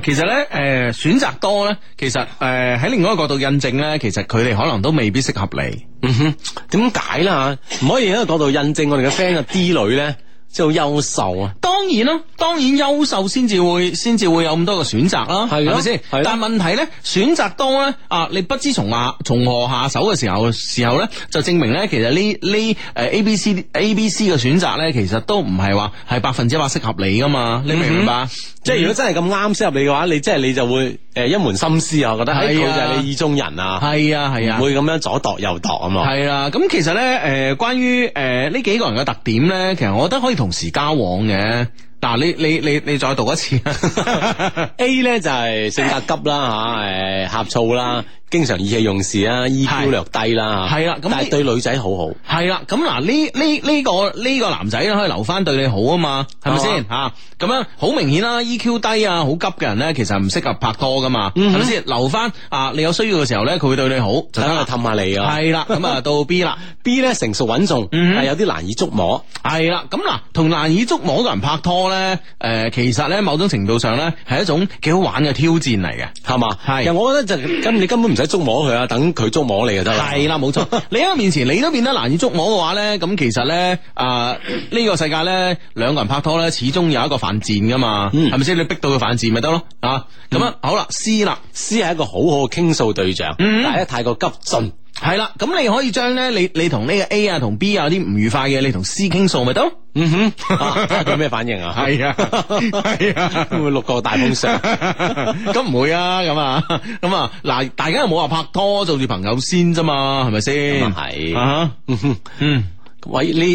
A: 其實咧，誒、選擇多咧，其實誒喺、另外一個角度印證咧，其實佢哋可能都未必適合你。
C: 嗯哼，點解啦？唔可以喺個角度印證我哋嘅 friend 嘅 D 女咧，即係好優秀啊！
A: 當然啦，當然優秀先至會先至會有咁多嘅選擇啦，
C: 係咯
A: 咪先？
C: 係咯
A: 但問題咧，選擇多咧啊，你不知從下從何下手嘅時候時候咧，就證明咧，其實呢呢誒 A B C A B C 嘅選擇咧，其實都唔係話係百分之百適合你噶嘛，你明唔明
C: 嗯
A: 白？
C: 即係如果真係咁啱適合你嘅話，你即係你就會誒一門心思啊，我覺得喺佢
A: 係
C: 就
A: 啊
C: 係你意中人啊，
A: 係啊係啊
C: 唔。會咁樣左度右度啊嘛。
A: 係啦，咁其實咧，誒、關於誒呢幾個人嘅特點咧，其實我覺得可以同時交往嘅。嗱，你你你你再讀一次， 啊
C: A 咧就係性格急啦吓，誒呷醋啦，經常意氣用事啦
A: 係
C: ，EQ 略低啦，
A: 係啦咁
C: 但
A: 呢
C: 係對女仔好好。
A: 係啦，咁嗱呢呢呢個呢、個男仔咧可以留翻對你好啊嘛，係咪先吓？咁樣好明顯啦，EQ 低啊，好急嘅人咧，其實唔適合拍拖噶嘛，係咪先？留翻啊，你有需要嘅時候咧，佢會對你好就
C: 就
A: 得
C: 等
A: 啦
C: 佢。氹下你啊！
A: 係啦，咁啊到 B 啦。
C: B 咧成熟穩重，
A: 嗯
C: 但有啲難以捉摸。
A: 係啦，咁嗱，同難以捉摸嘅人拍拖咧，誒、其實咧某種程度上咧係一種幾好玩嘅挑戰嚟嘅。
C: 係嘛？
A: 係
C: 其實我覺得就根你根本唔使捉摸佢啊，等佢捉摸你就得啦。
A: 係啊啦，冇 錯。你喺我面前，你都變得難以捉摸嘅話咧，咁其實咧，啊、呢、個世界咧，兩個人拍拖咧，始終有一個犯賤噶嘛，
C: 嗯
A: 係咪先？你逼到佢犯賤咪得咯，啊，咁啊，好啦，C 啦。
C: ，C 係一個好好嘅傾訴對象，
A: 嗯
C: 但係咧太過急進。
A: 係啦，咁你可以將咧，你你同呢個 A 啊，同 B 啊有啲唔愉快嘅，你同 C 傾訴咪得咯。
C: 嗯哼，啊睇下佢咩反 應啊？
A: 啊，係 啊嗯
C: 會唔會六個大 風箱？
A: 咁唔會啊，咁啊， 咁啊，嗱，大家又冇話拍拖做住朋友先啫嘛，係咪先？
C: 咁啊係
A: 啊，
C: 嗯哼
A: 嗯，
C: 喂，呢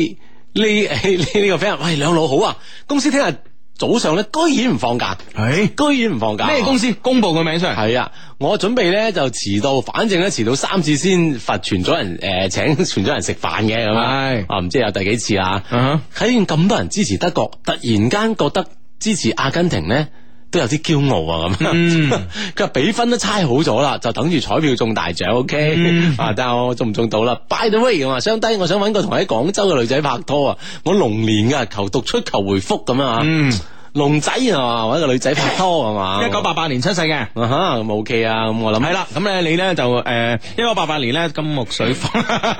C: 呢呢呢個 friend，喂兩老好啊！公司聽日早上咧，居然唔放假，
A: 誒，
C: 居然唔放 假。
A: 咩公
C: 司？
A: 司公布個名出嚟？
C: 係啊，我準備咧就遲到，反正咧遲到三次先罰全咗人誒、請全咗人食飯嘅咁
A: 係
C: 啊，啊唔知有第幾次啦。
A: 啊
C: 睇見咁多人支持德國，突然間覺得支持阿根廷咧都有啲驕傲啊
A: 嗯
C: 咁。 佢話比分都猜好咗啦，就等住彩票中大獎，OK、啊？
A: 嗯
C: 但係我中唔中到啦？By the way 咁啊，相低，我想揾個同喺廣州嘅女仔拍拖啊！我龍年噶，求讀出求回覆咁啊！
A: 嗯
C: 龍仔啊嘛，揾個女仔拍拖係嘛？
A: 一九八八年出世嘅。
C: 啊哈，咁 OK 啊，咁我諗
A: 係啦，咁咧你咧就誒一九八八年咧金木水火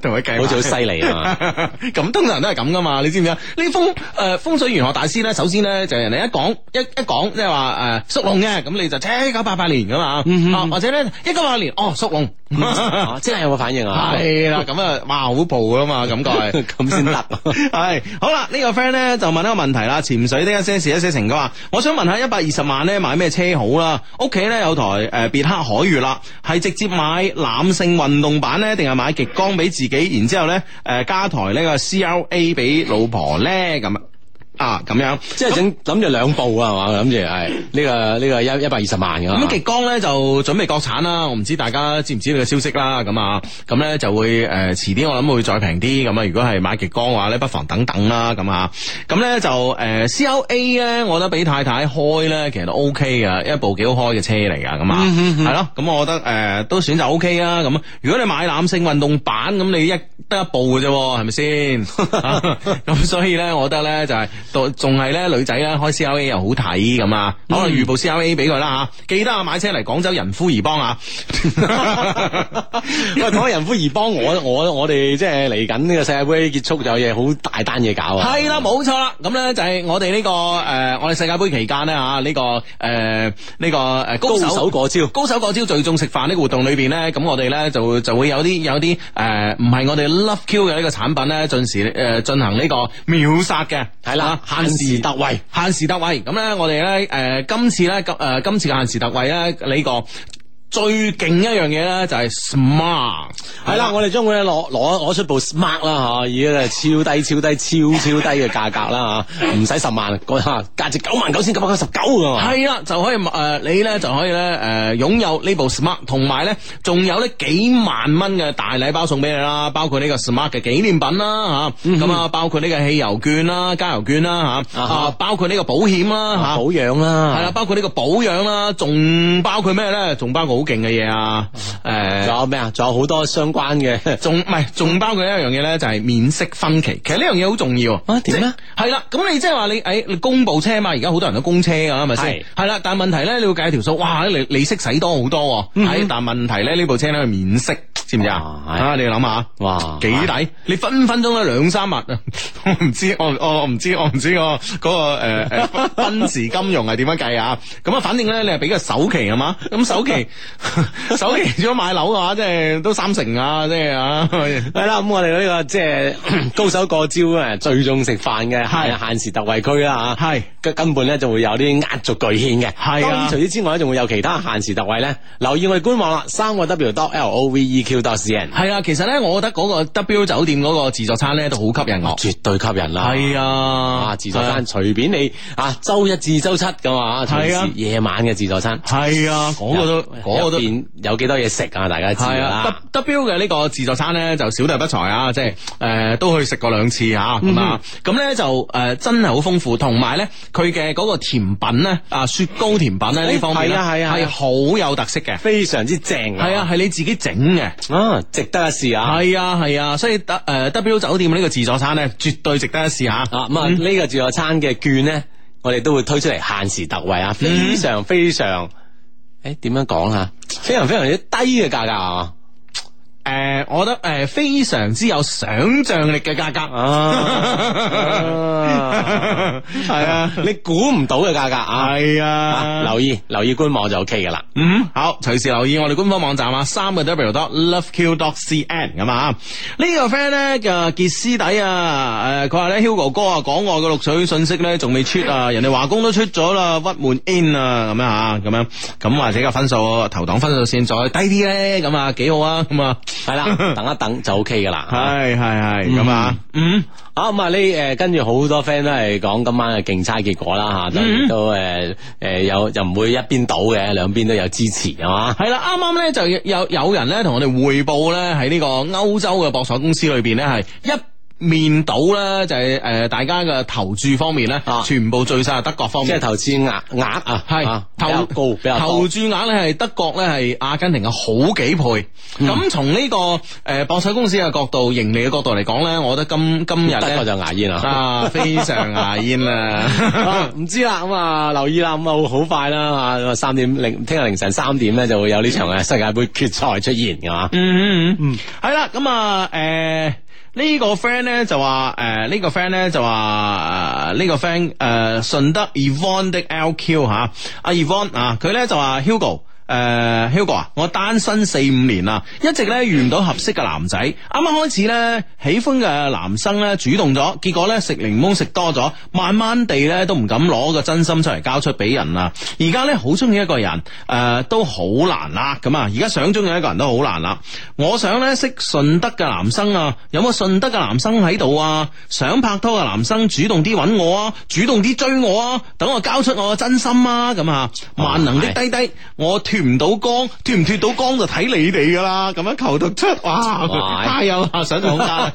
A: 同佢計，
C: 好似好犀利啊！
A: 咁通常都係咁噶嘛，你知唔知啊？呢風誒、呃、風水玄學大師咧，首先咧就係人哋一講一一講，即係話呃誒屬龍嘅，咁你就切一九八八年噶嘛，
C: 嗯
A: 啊或者咧一九八八年哦屬 龍，
C: 啊真係有個反應啊，
A: 係啦，咁啊哇好暴噶嘛，感覺係。
C: 咁先得。
A: 係好啦，呢、個 friend 咧就問一個問題啦，潛水的一些事一些情，佢話我想問下一百二十萬咧買咩車好啦？屋企咧有台誒別克凱越啦，係直接買攬勝運動版咧，定係買極呃光俾自己，然之後咧誒加台呢個 CLA 俾老婆咧咁啊？啊咁樣。
C: 即係整諗住兩步啊，係嘛？諗住係呢個呢個一一百二十萬㗎啊嘛。
A: 咁啊極光咧就準備國產啦，我唔知大家知唔知呢個消息啦。咁啊，咁咧就會誒呃遲啲，我諗會再平啲。咁啊，如果係買極光嘅話咧，不妨等等啦。咁啊，咁咧就誒、呃 CLA 咧，我覺得俾太太開咧，其實都 OK 噶，一部幾好開嘅車嚟噶。咁啊，係咯、咁我覺得誒、呃都選擇 OK 啊。咁如果你買攬勝運動版，咁你一得一部嘅啫喎，係咪先？咁所以咧，我覺得咧就係到仲係咧女仔咧開 CLA 又好睇咁啊，可能預部 CLA 俾佢啦吓，記得啊買車嚟廣州仁孚怡邦啊，
C: 喂，講下人夫而幫我，我我哋即係嚟緊呢個世界杯結束就有嘢好大單嘢搞啊！
A: 係啦，冇錯啦。咁咧就係我哋呢、個诶、呃我哋世界盃期間咧吓，呢、個诶呢、個个呃高
C: 高
A: 手
C: 手過招，
A: 高手過招聚眾食飯呢個活動裏邊咧，咁我哋咧就就會有啲有啲誒唔係我哋 Love Q 嘅呢個產品咧，進時誒進行呢個秒殺嘅，
C: 係啦
A: 啊限時
C: 限時特惠，
A: 限時特惠。咁咧我哋咧誒今次咧今誒今次嘅限時特惠咧呢個。最勁一樣嘢咧就係 smart，
C: 係啦，我哋將會攞攞攞出部 smart 啦嚇，以呢個超低超低超超低嘅價格啦嚇，唔使十萬，嗰下價值九萬九千九百九十九㗎嘛。
A: 係啦，啊就可以誒、呃你咧就可以咧誒、呃、擁有呢部 Smart，同埋咧仲有呢幾萬蚊嘅大禮包送俾你啦，包括呢個 Smart 嘅紀念品啦嚇，咁啊、包括呢個汽油券啦、加油券啦嚇，
C: 嗯啊哈啊
A: 啊包括呢個保險啦嚇。
C: 保養
A: 係啦，
C: 啦，
A: 包括呢個保養啦，仲包括咩咧？仲包括好勁嘅嘢啊！誒、
C: 仲有咩啊？仲有好多相關嘅。
A: 仲唔係仲包括一樣嘢咧，就係免息分期。其實呢樣嘢好重要
C: 啊點咧？
A: 係啦，咁你即係話你誒你公部車嘛，而家好多人都公車㗎，係咪先
C: 係？
A: 係啦，但係問題咧，你要計條數，哇！你利息使多好多喎，係、但係問題咧，呢部車咧免息，知唔知啊？
C: 嗯哦哇係
A: 啊，你諗下。
C: 哇
A: 幾抵？你分分鐘都兩三萬啊！ 我唔知，我我我唔知，我唔知我嗰個誒誒分時金融係點樣計啊？咁啊，反正咧你係俾個首期係嘛？咁首期 首期如果買樓嘅話，即係都三成啊！即係 啊，
C: 系啦，咁我哋呢、個即係 高手過招啊，聚眾食飯嘅
A: 係
C: 限限時特惠區啦吓，
A: 係
C: 根根本咧就會有啲壓軸巨獻嘅，
A: 係啊
C: 當然除此之外咧，仲會有其他限時特惠咧，留意我哋官網啦，三個 W dot L O V E Q dot C N，
A: 係啊，其實咧，我覺得嗰個 W 酒店嗰個自助餐咧都好吸引我。
C: 絕對吸引啦，
A: 係啊
C: 啊，自助餐隨便你啊，周一至周七噶嘛，隨
A: 係啊
C: 時夜晚嘅自助餐，
A: 係啊，嗰個都嗰個
C: 入
A: 都。
C: 邊有幾多嘢食啊，大家知
A: 係
C: 㗎
A: 啊
C: 啦，
A: ，W 嘅呢個自助餐咧就小弟不才啊，即係誒、呃都去食過兩次啊咁
C: 嗯
A: 啊，咁咧就誒、呃真係好豐富，同埋咧佢嘅嗰個甜品咧啊雪糕甜品咧呢
C: 哎
A: 方面咧
C: 係啊係啊係
A: 係
C: 啊
A: 好有特色嘅，
C: 非常之正
A: 係啊係你自己整嘅。
C: 啊，值得一試啊。
A: 係啊係啊，所以誒、呃 W 酒店呢個自助餐咧，絕對值得一試下。
C: 啊，咁啊呢個自助餐嘅券咧，我哋都會推出嚟限時特
A: 嗯
C: 惠啊，非常非常，誒點樣講啊？非常非常之低嘅價格啊！
A: 誒、我覺得誒、呃非常之有想像力嘅價格。
C: 啊，
A: 係啊，
C: 你估唔到嘅價格啊！
A: 係
C: 啊留意留意官網就 OK 噶啦。
A: 嗯，好，隨時留意我哋官方網站啊，三個 W dot loveq dot cn 咁啊。呢個 friend 咧嘅傑斯底啊，誒佢話咧 Hugo 哥啊，港外嘅錄取信息咧仲未出啊，人哋華工都出咗啦，鬱悶 in 啊，咁樣啊，咁樣咁或者個分數投檔分數線再低啲咧，咁啊幾好啊，咁啊，
C: 係啦，等一等就 OK 噶啦。
A: 係係係咁啊，嗯，
C: 啊咁啊呢誒，跟住好多 friend 都係講今晚嘅競猜結果啦嚇，
A: 嗯
C: 咁亦都誒誒有又唔會一邊倒嘅，兩邊都有支持係嘛。
A: 係啦，啱啱咧就有有人咧同我哋匯報咧喺呢個歐洲嘅博彩公司裏邊咧係一。面倒咧就係、呃大家嘅投注方面咧，
C: 啊
A: 全部聚晒係德國方
C: 即係
A: 面。
C: 投資額額啊，
A: 係
C: 啊比
A: 投
C: 較高，比較
A: 投
C: 多。
A: 注額咧係德國咧係阿根廷嘅好幾倍。咁從呢個誒博彩公司嘅角度、盈利嘅角度嚟講咧，我覺得今今日
C: 德國
A: 咧
C: 就牙煙啊！
A: 啊非常牙煙 啦。
C: 啊唔知啦，咁啊留意啦，咁啊好快啦，啊咁啊三點零，聽日凌晨三點咧就會有呢場嘅啊世界盃決賽出現㗎嘛。
A: 嗯嗯嗯，系啦，咁啊，诶。呢個 friend 咧就話誒呢個 friend 咧就話誒呢個 friend 誒順德 Evon 的 LQ 嚇，阿 Evon 啊佢咧就話 Hugo 诶，Hugo 啊，我單身四五年啦，一直咧遇唔到合適嘅男仔。啱啱開始咧，喜歡嘅男生咧主動咗，結果咧食檸檬食多咗，慢慢地咧都唔敢攞個真心出嚟交出俾人啦。而家咧好中意一個人，诶、都好難啦。咁啊，而家想中意一個人都好難啦。我想咧識順德嘅男生啊，有冇順德嘅男生喺度啊？想拍拖嘅男生主動啲揾我啊，主動啲追我啊，等我交出我嘅真心啊！咁啊，萬能的低低，我脱唔到光，脱唔脱到光就睇你哋噶啦。咁樣求讀出，哇！
C: 哇哎
A: 太有啊想象空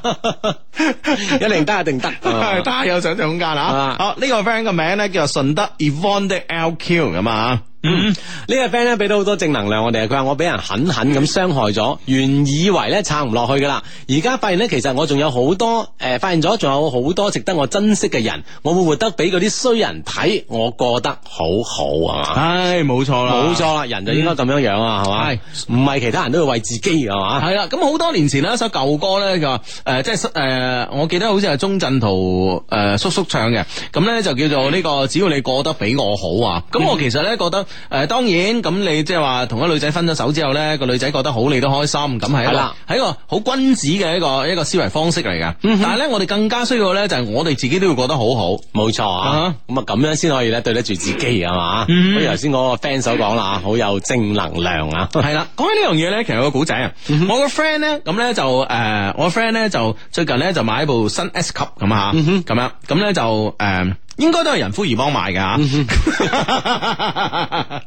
A: 間。
C: 一定得，一定啊得。
A: 係太有想象空間啦
C: 啊！
A: 好，呢個 friend 個名咧叫做順德 Evon 的 LQ 咁啊。
C: 嗯，呢個 friend 咧俾到好多正能量我哋，佢話我俾人狠狠咁傷害咗，原以為咧撐唔落去噶啦，而家發現咧其實我仲有好多诶、呃，發現咗仲有好多值得我珍惜嘅人，我會活得俾嗰啲衰人睇，我過得好好啊嘛。
A: 唉，冇錯啦，
C: 冇錯啦，人就應該咁樣樣啊，
A: 係
C: 係嘛？唔係其他人都要為自己啊係嘛？
A: 系啦，咁好多年前咧，一首舊歌咧，佢話誒，即係誒、我記得好似係鐘鎮濤誒叔叔唱嘅，咁咧就叫做呢、個只要你過得比我好啊。
C: 嗯
A: 咁我其實咧覺得誒、呃當然咁你即係話同一女仔分咗手之後咧，個女仔覺得好，呃你都開心，咁係一
C: 係
A: 個
C: 啦
A: 係一個好君子嘅一個一個思維方式嚟嘅。
C: 嗯
A: 但係咧，我哋更加需要咧，就係我哋自己都要過得好好。
C: 冇錯
A: 啊
C: 啊，咁啊咁樣先可以咧對得住自己係嘛？
A: 嗯
C: 好似頭先嗰個 friend 所講啦，好有正能量 啊！
A: 系啦，講起呢樣嘢咧，其實有個古仔啊。我個 friend 咧，咁咧就诶、呃我 friend 咧就最近咧就買一部新 S 級咁啊，咁樣咁咧就诶、呃，应该都係人夫而幫買嘅啊 吓。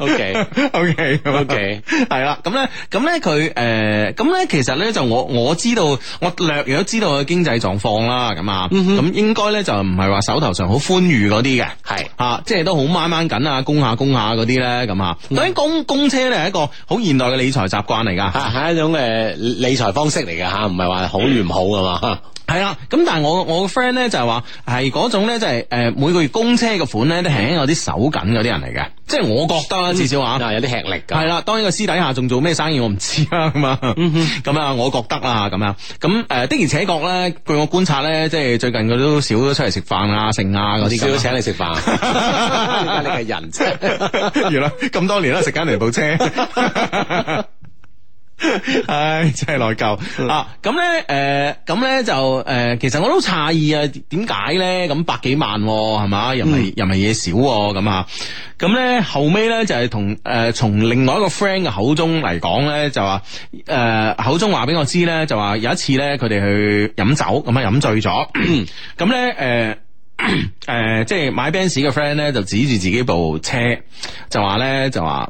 C: OK
A: O K O
C: OK
A: 系啦，咁咧，咁咧佢诶，咁咧其實咧就我我知道，我略略知道佢經濟狀況啦，咁啊，咁應該咧就唔係話手頭上好寬裕嗰啲嘅，
C: 係
A: 啊，即係都好掹掹緊啊，供下供下嗰啲咧，咁啊，當然供供車咧係一個好現代嘅理財習慣嚟㗎。
C: 吓啊係一種诶理財方式嚟嘅吓，唔係話好與唔好啊嘛。
A: 系啦，咁但系我我個 friend 咧就係話係嗰種咧就係诶每個月供車嘅款咧都輕輕有啲手緊嗰啲人嚟嘅，即係我覺得啦，至少啊。
C: 啊，有啲吃力
A: 系
C: 噶。
A: 啦，當然個私底下仲做咩生意我唔知啦，咁啊，咁啊，我覺得啦，咁啊，咁诶、呃的而且確咧，據我觀察咧，即係最近佢都少咗出嚟食飯啊、剩啊嗰
C: 我
A: 啲
C: 啲
A: 咁
C: 少
A: 啊。
C: 請你食 飯，你係人 啫。
A: 原來咁多年啦，食緊嚟部車。 唉，真係內疚啊！咁咧，诶、咁咧就诶、誒其實我都好詫異啊，點解咧？咁百幾萬喎係嘛，又唔係又唔係嘢少喎咁啊！咁咧後尾咧就係同诶從另外一個 friend 嘅口中嚟講咧，就話诶、誒口中話俾我知咧，就話有一次咧佢哋去飲酒咁啊飲醉咗，咁咧诶。誒 诶、呃即系买 Benz 嘅 friend 咧，就指住自己部车，就话咧，就话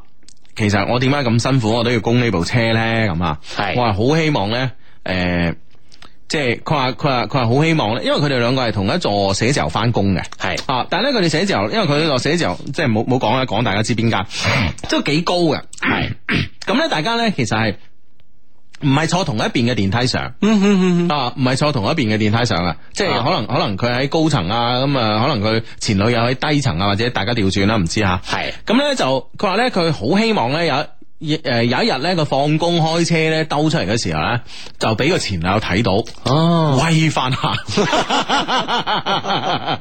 A: 其实我点解咁辛苦，我都要供呢部车咧？咁啊，
C: 係
A: 我系好希望咧，诶、即系佢话佢话佢话好希望咧，因为佢哋两個係同一座寫字樓翻工嘅。
C: 係
A: 啊！但系咧，佢哋寫字樓，因為佢呢個寫字樓即係冇冇講啦，講大家知邊間，都幾高嘅。係咁咧，大家咧其實係唔係坐同一邊嘅電梯上？啊，唔係坐同一邊嘅電梯上啊，即係
C: 啊
A: 可能可能佢喺高層啊，咁啊，可能佢前女友喺低層啊，或者大家調轉啦，唔知吓。
C: 係
A: 咁咧就佢話咧，佢好希望咧有。一誒有一日咧，佢放工開車咧兜出嚟嘅時候咧，就俾個前女友睇到，
C: 哦，
A: 威翻 下。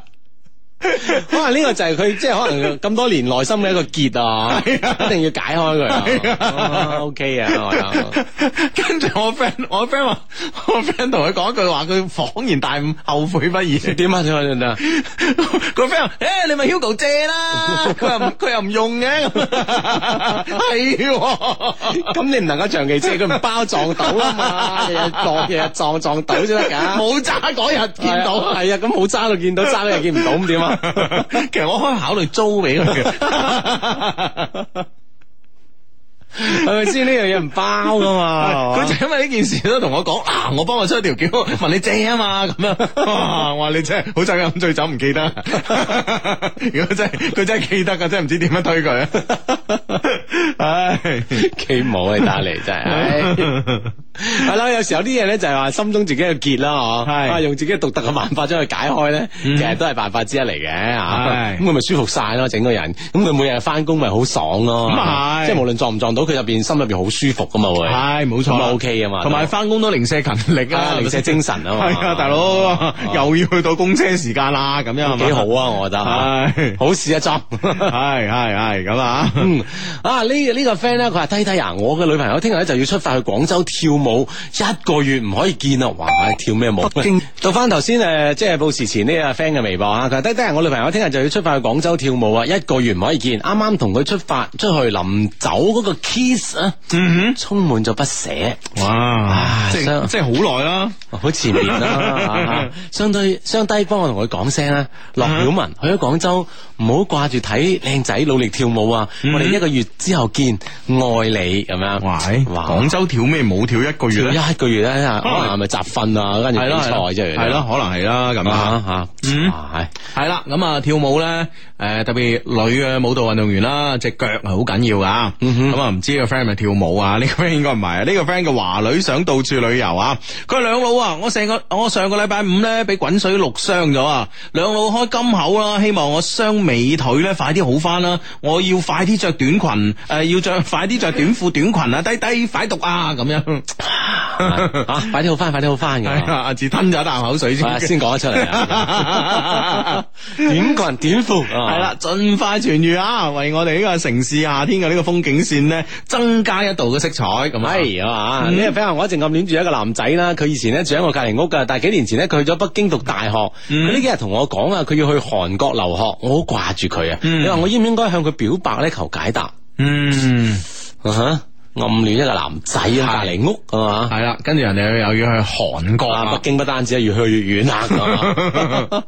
C: 可能呢個就係佢即係可能咁多年內心嘅一個結 啊，一定要解開佢
A: 係
C: 啊
A: 啊
C: 哦。OK 啊，我覺
A: 跟住我 friend，我 friend 話，我 friend 同佢講一句話，佢恍然大悟，後悔不已。
C: 得 點啊點啊點啊！
A: 個 friend 話：，誒、你咪 Hugo 借啦， 佢又唔佢又唔用嘅，係喎。
C: 咁你唔能夠長期借，佢唔包撞到啊嘛，日日撞日日撞撞到先得㗎。
A: 冇揸嗰日見到，
C: 係啊，咁冇揸到見到，揸到又見唔到，咁點啊？
A: 其實我可以考慮租俾佢 嘅。
C: 係咪先呢樣嘢唔包噶嘛？
A: 佢就因為呢件事都同我講，啊，我幫我出一條橋， 問你借啊嘛，咁樣。哇我話你真係好彩佢飲醉酒唔記得， 如果真係佢真係記得嘅，真係唔知點樣推佢。唉。
C: 幾冇啊！你打嚟真係。唉系啦，有時候啲嘢咧就係話心中自己嘅結啦，嗬，
A: 係
C: 啊用自己獨特嘅辦法將佢解開咧，
A: 嗯
C: 其實都係辦法之一嚟嘅吓
A: 係。
C: 咁佢咪舒服晒咯，整個人。咁佢每日翻工咪好爽咯，
A: 咁啊係
C: 即係無論撞唔撞到，佢入边心入边好舒服噶嘛會。
A: 係冇
C: 咁
A: 錯
C: 咪
A: 啦
C: OK 啊嘛，
A: 同埋翻工都零舍勤力啊
C: 啊，零舍精神啊嘛，
A: 係啊，大佬又要去到公車時間啦，咁樣係嘛
C: 幾好啊，我覺得
A: 係
C: 好事一桩。
A: 係係係咁啊，
C: 嗯，啊呢呢個 friend 咧，佢話低低啊，我嘅女朋友聽日咧就要出發去廣州跳舞，一個月唔可以見啊！哇，跳咩舞？
A: 北京
C: 到翻頭先誒，即係報時前呢個 friend 嘅微博啊，佢話低低啊，我女朋友聽日就要出發去廣州跳舞啊，一個月唔可以見，啱啱同佢出發出去臨走嗰個 kiss 啊，
A: 嗯
C: 充滿咗不捨。
A: 哼，哇，即係
C: 真
A: 即係好耐啦，
C: 好前面 啦、啊，相對相低幫我同佢講聲啦。樂曉文
A: 嗯
C: 去咗廣州，唔好掛住睇靚仔努力跳舞啊！
A: 嗯
C: 我哋一個月之後見，愛你咁樣。
A: 哇，誒
C: 哇
A: 廣州跳咩舞跳一個月咧？
C: 跳一個月咧，可能係咪集訓啊？跟住
A: 啊哦係
C: 比
A: 咯，
C: 賽啫，
A: 係咯，可能係啦，咁啊。
C: 啊
A: 嗯
C: 嚇，
A: 系啦，咁啊跳舞咧，诶、特別女嘅舞蹈運動員啦，隻腳係好緊要噶。
C: 嗯
A: 咁啊唔知個 friend 係咪跳舞啊？呢、個 friend 應該唔係啊。呢、個 friend 嘅華女想到處旅遊啊。佢話兩老啊，我成個我上個禮拜五咧俾滾水淥傷咗啊。兩老開金口啦，希望我雙美腿咧快啲好翻啦。我要快啲着短裙，誒、要着 快啲着短褲短裙啊，低低快讀啊咁樣。
C: 係啊快啲好翻，快啲好翻
A: 係
C: 嘅。
A: 啊，阿志吞咗一啖口水
C: 啊
A: 先。
C: 先 講得出嚟啊！短裙短褲
A: 系啦，，盡快痊愈啊！為我哋呢個城市夏天嘅呢個風景線咧，增加一道嘅色彩咁啊！
C: 系啊，呢個 friend 話我一直暗戀住一個男仔啦，佢以前咧住喺我隔離屋㗎，但係幾年前咧佢去咗北京讀大學，
A: 嗯
C: 佢呢幾日同我講啊，佢要去韓國留學，我好掛住佢啊，你話我應唔應該向佢表白咧？求解答，
A: 嗯，
C: 啊哈暗戀一個男仔喺隔離屋係嘛？
A: 係啦，跟住人哋又要去韓國
C: 啊！
A: 啊
C: 北，京不單止係越去越遠啦，係 嘛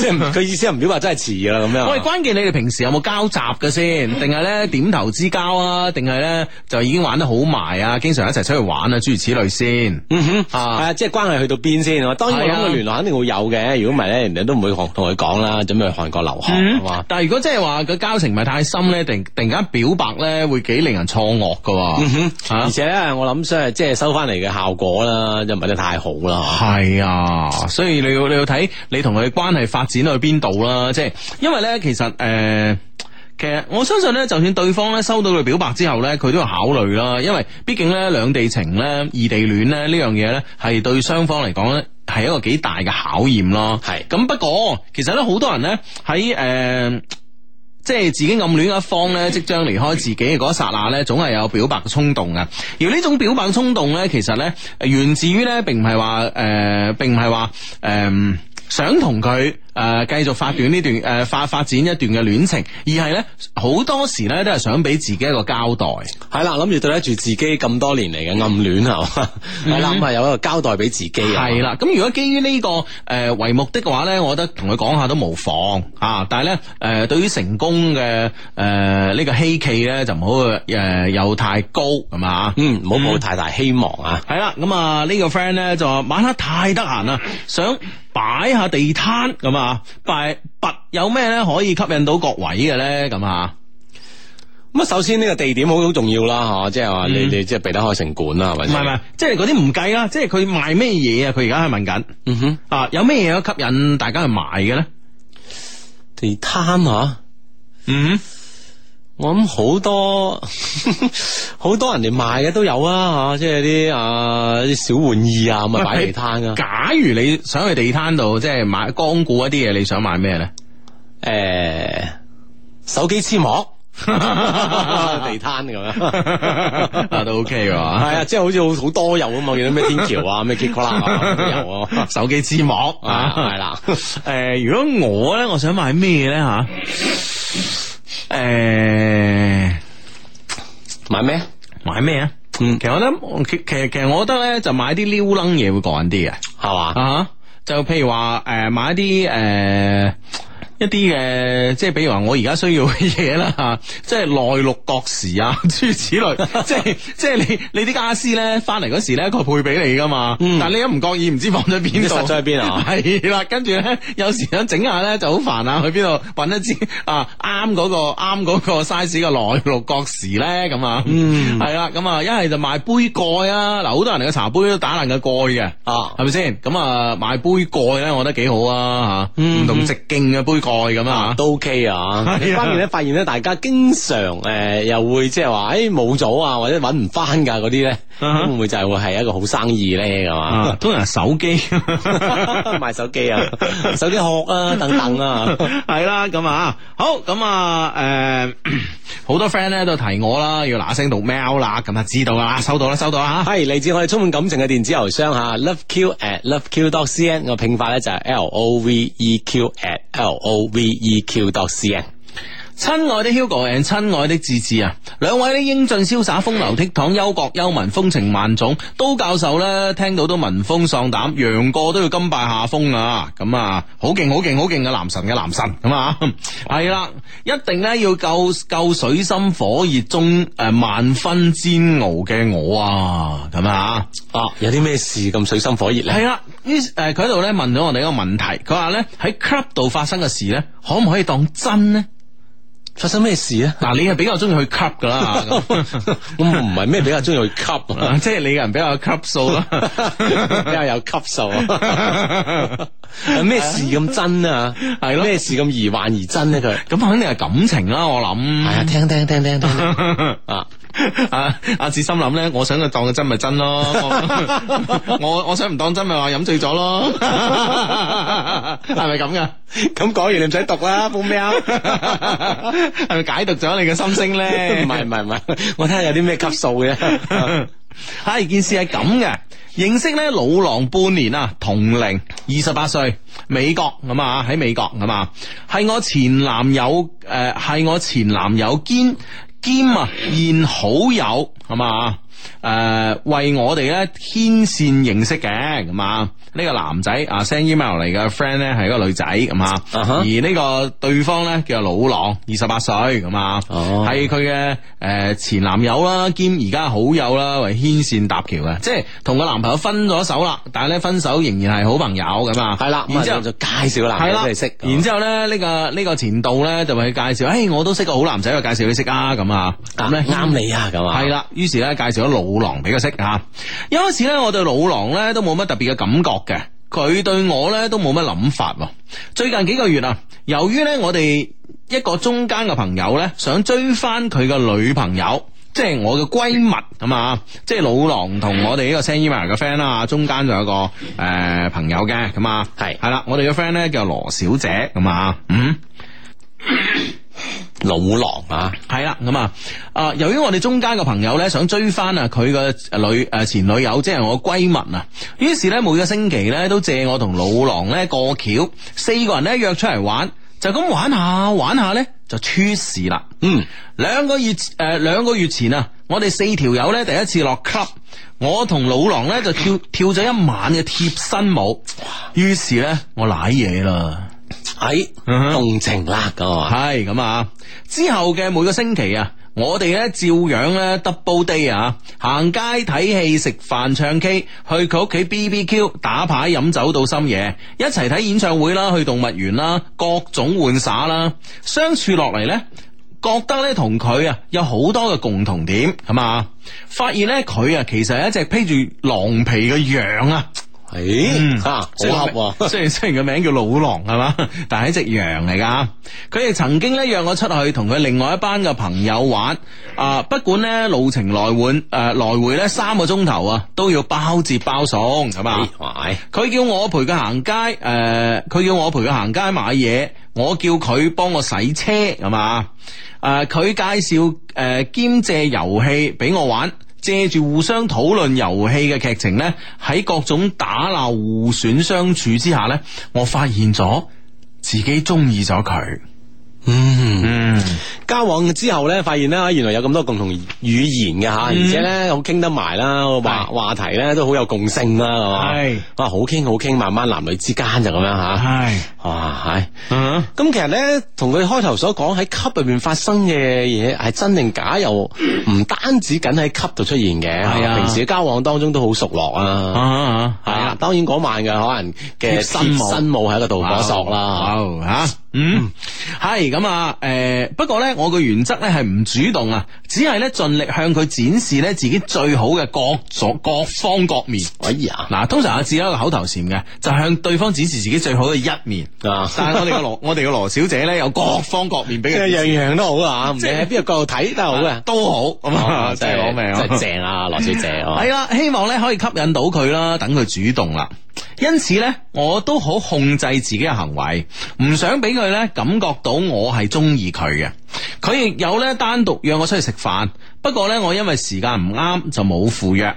C: 即係唔佢意思係唔表白真係遲啦咁樣。
A: 喂，關鍵你哋平時有冇交集嘅先？定係咧點頭之交啊？定係咧就已經玩得好埋啊？經常一齊出去玩啊？諸如此類先。
C: 嗯哼，
A: 啊
C: 係啊，即係關係去到邊先？當然我
A: 係啊
C: 諗佢聯絡肯定會有嘅，如果唔係咧，人哋都唔會同同佢講啦，準備去韓國留學係嘛
A: 嗯。但係如果即係話個交情唔係太深咧，突然突然間表白咧，會幾令人錯愕噶。嗯哼
C: 而且咧，我諗相係即係收翻嚟嘅效果啦，就唔係得太好啦。
A: 系啊，所以你要你要睇你同佢關係發展去邊度啦，即係因為咧，其實诶。呃其實我相信咧，就算對方咧收到佢表白之後咧，佢都要考慮啦，因為畢竟咧兩地情咧、異地戀咧呢樣嘢咧，係對雙方嚟講咧係一個幾大嘅考驗咯。
C: 係
A: 咁不過其實咧好多人咧喺诶。即係自己暗戀嘅一方咧，即將離開自己嘅嗰一剎那咧，總係有表白嘅衝動嘅。而呢種表白嘅衝動咧，其實咧呃源自於咧，並唔係話誒，並唔係話誒。想同佢誒繼續發展呢段誒、呃、發發展一段嘅戀情，而係咧好多時咧都係想俾自己一個交代。
C: 係啦，諗住對得住自己咁多年嚟嘅暗戀係嘛，係啦，咁啊係有一個交代俾自己啊。
A: 嗯係啦，咁如果基於呢、個誒、呃、為目的嘅話咧，我覺得同佢講下都無妨啊。但係咧誒，對於成功嘅誒呢個希冀咧，就唔好誒有太高咁啊。
C: 嗯，唔好抱太大希望啊。
A: 系啦，咁啊呢個 friend 咧就話晚黑太得閒啦，想擺下地攤咁啊，但係拔有咩咧可以吸引到各位嘅咧咁啊？
C: 咁啊，首先呢個地點好好重要啦，嚇，即係話你你即係避得開城管啦，係咪
A: 嗯唔係
C: 先
A: 唔係，即係嗰啲唔計啦，即係佢賣咩嘢啊？佢而家係問緊
C: 嗯哼，
A: 啊，有咩嘢可以吸引大家去買嘅咧？
C: 地攤嚇。
A: 嗯，
C: 我諗好多 好多人哋賣嘅都有啊，嚇，即係啲啊啲小玩意啊，咁啊擺地攤啊。
A: 假如你想去地攤度，即係買光顧一啲嘢，你想買咩 咧？呃
C: 诶、手機黐膜，地攤咁樣。
A: 啊都 OK
C: 系
A: 喎，
C: 啊，即係好似好好多有咁嘛，見到咩天橋啊，咩 Kikola 啊都有啊，
A: 手機字幕
C: 啊
A: 啊，
C: 係啦，
A: 诶、如果我咧，我想買咩咧吓？诶、
C: 買咩？
A: 買咩啊？
C: 嗯
A: 其實我覺得我，其其實其實我覺得咧，就買啲撩楞嘢會過癮啲嘅
C: 係嘛？
A: 呃啊！就譬如話诶、誒買一啲诶一啲嘅，即係比如話我而家需要嘅嘢啦 吓，即係內陸國時啊， 諸如此 類，即係即係你你啲家私咧翻嚟嗰時咧佢配俾你噶嘛，但係你一唔覺意唔知放咗邊
C: 你
A: 度，
C: 嗯塞咗喺邊啊
A: 係啦，跟住咧有時想整下咧就好煩啊，去邊度揾一支 啊啱嗰個啱嗰個 size 嘅內陸國時咧咁啊，嗯，係啦，咁啊一係就賣杯蓋啊，嗱好多人嘅茶杯都打爛個蓋嘅。
C: 啊，
A: 系咪先？咁啊，買杯蓋咧，我覺得幾好啊吓，唔同直徑嘅杯蓋咁啊，
C: 都 OK 啊，關
A: 係啊
C: 鍵咧發現咧，大家經常誒又會即係話，誒冇咗啊，或者揾唔翻㗎嗰啲咧，
A: 啊哈
C: 會唔會就係會係一個好生意咧？係
A: 啊
C: 嘛，
A: 通常係手 機。
C: 賣手機啊，手機殼啊，等等啊，
A: 系啦，咁啊，好咁啊，诶、 好多 friend 咧都提我啦，要嗱聲讀 mail 啦，咁啊知道啦，收到啦，收到啦吓，
C: 係嚟自我哋充滿感情嘅電子郵箱嚇，loveq at loveq dot cn，我拼法咧就係 l o v e q at l o v e q dot cn。
A: 親愛的 Hugo and 親愛的志志啊，兩位呢英俊瀟灑、風流倜儻、憂國憂民、風情萬種，都教授咧聽到都聞風喪膽，楊過都要甘拜下風啊！咁啊，好勁好勁好勁嘅男神嘅男神咁啊，係啦，一定咧要救救水深火熱中诶、呃萬分煎熬嘅我啊，咁啊。
C: 啊，有啲咩事咁水深火熱
A: 系
C: 咧？
A: 啦，呢诶佢喺度咧問咗我哋一個問題，佢話咧喺 club 度發生嘅事咧，可唔可以當真咧？
C: 發生咩事咧？
A: 嗱，你係比較中意去 club 噶啦，咁
C: 我唔係咩比較中意去吸 啊，
A: 即係你個人比較有 club 數 啦。
C: 比較有級數 啊。咩事咁真啊？
A: 係咯
C: 咩事咁疑幻而真咧？佢係
A: 咁肯定係感情啦，我
C: 啊，
A: 諗。
C: 聽聽聽聽聽聽啊！
A: 啊！阿志心諗咧，我想佢當佢真咪真 咯，我我我想唔當真咪話飲醉咗 咯，係咪咁噶？
C: 咁講完你唔使讀啦，本喵。
A: 係咪解讀咗你嘅心聲咧？
C: 唔係唔係唔係，我睇下有啲咩級數 嘅。
A: 系件 事係咁嘅，認識咧老狼半年啊，同齡，二十八歲，美國咁啊，喺美國咁啊，係我前男友诶，係我前男友兼兼啊現好友咁啊。诶、為我哋咧牽線認識嘅咁啊，呢、個男仔啊 send email 嚟嘅 friend 咧係一個女仔咁啊
C: 啊哈
A: 而呢個對方咧叫老狼，二十八歲咁啊，
C: 哦
A: 係佢嘅誒前男友啦，兼而家好友啦，為牽線搭橋嘅，即係同個男朋友分咗手啦，但係咧分手仍然係好朋友咁啊。
C: 係啦，
A: 然之
C: 然之
A: 後
C: 後就介紹個男
A: 係
C: 人
A: 啦
C: 俾你識。哦
A: 然之後咧呢、呢個呢、個前度咧就為佢介紹，誒、哎我都識個好男仔，我介紹你識啊咁啊，咁
C: 咁
A: 咧
C: 咧啱你啊，咁啊。
A: 係啦，於是咧介紹咗老狼俾佢識吓。一開始咧，我對老狼咧都冇乜特別嘅感覺嘅，佢對我咧都冇乜諗法喎。最近幾個月啊，由於咧我哋一個中間嘅朋友咧想追翻佢嘅女朋友。即係我嘅閨蜜咁啊，即係老狼同我哋呢個 send email 嘅 friend 啦，中間就有個誒、呃朋友嘅咁啊，
C: 係
A: 係啦，我哋嘅 friend 咧叫羅小姐咁啊，嗯。
C: 老狼啊，
A: 系啦，咁啊，啊，由於我哋中間嘅朋友咧，想追翻啊佢嘅女诶前女友，即係我閨蜜啊，於是咧每個星期咧都借我同老狼咧過橋，四個人咧約出嚟玩，就咁玩下玩下咧就出事啦。
C: 嗯，
A: 兩個月诶两、個月前啊，我哋四條友咧第一次落 club，我同老狼咧就跳跳咗一晚嘅貼身舞，於是咧我舐嘢啦。
C: 喺
A: 嗯哼
C: 動哎情啦，咁啊。
A: 系咁啊！之後嘅每個星期啊，我哋咧照樣咧 double day 啊，行街睇戲、食飯、唱 K，去佢屋企 BBQ 打牌、飲酒到深夜，一齊睇演唱會啦，去動物園啦，各種玩耍啦，相處落嚟咧。覺得咧同佢啊有好多嘅共同點，係嘛？發現咧佢啊其實係一隻披住狼皮嘅羊啊！嗯
C: 誒啊，
A: 雖然
C: 好合 喎。
A: 雖然雖然個名叫老狼係 嘛，但係一隻羊嚟噶。佢哋曾經咧約我出去同佢另外一班嘅朋友玩，啊，不管咧路程來回誒、呃來回咧三個鐘頭啊，都要包接包送咁啊。
C: 喂，
A: 佢叫我陪佢行街，誒、佢叫我陪佢行街買嘢，我叫佢幫我洗車，係嘛？誒、佢介紹誒、呃兼借遊戲俾我玩，借住互相討論遊戲嘅劇情呢，喺各種打鬧互損相處之下呢，我發現咗自己中意咗佢。
C: 嗯。
A: 嗯，
C: 交往之後咧，發現啦，原來有咁多共同語言嘅吓，
A: 嗯
C: 而且咧好傾得埋啦，話話題咧都好有共性啦，啊係嘛？
A: 係啊
C: 哇，好傾好傾，慢慢男女之間就咁樣吓，
A: 系，
C: 哇係。
A: 嗯，
C: 咁其實咧，同佢開頭所講喺級入邊發生嘅嘢係真定假，又唔單止僅喺級度出現嘅，
A: 係啊
C: 平時嘅交往當中都好熟絡啊。
A: 啊，
C: 係啊，，當然嗰晚嘅可能嘅
A: 貼身舞啊
C: 貼身舞係一個導火索啦。
A: 好吓，嗯，系咁啊，诶，不過咧，我嘅原則咧係唔主動啊，只係咧盡力向佢展示咧自己最好嘅各種各方各面。
C: 哎呀，
A: 嗱，通常阿志有一個口頭禪嘅，就向對方展示自己最好嘅一面。
C: 啊
A: 但係我哋嘅羅，我哋嘅羅小姐咧，有各方各面俾
C: 即
A: 佢
C: 係
A: 展示，
C: 樣樣都好啊，唔理喺邊個角度睇都係 好嘅。
A: 都好咁啊，真係攞命啊！
C: 真係正啊，羅小姐 啊
A: 系。啦，希望咧可以吸引到佢啦，等佢主動啦。因此咧，我都好控制自己嘅行為，唔想俾佢咧感覺到我係中意佢嘅。佢亦有咧單獨約我出去食飯，不過咧我因為時間唔啱就冇赴約。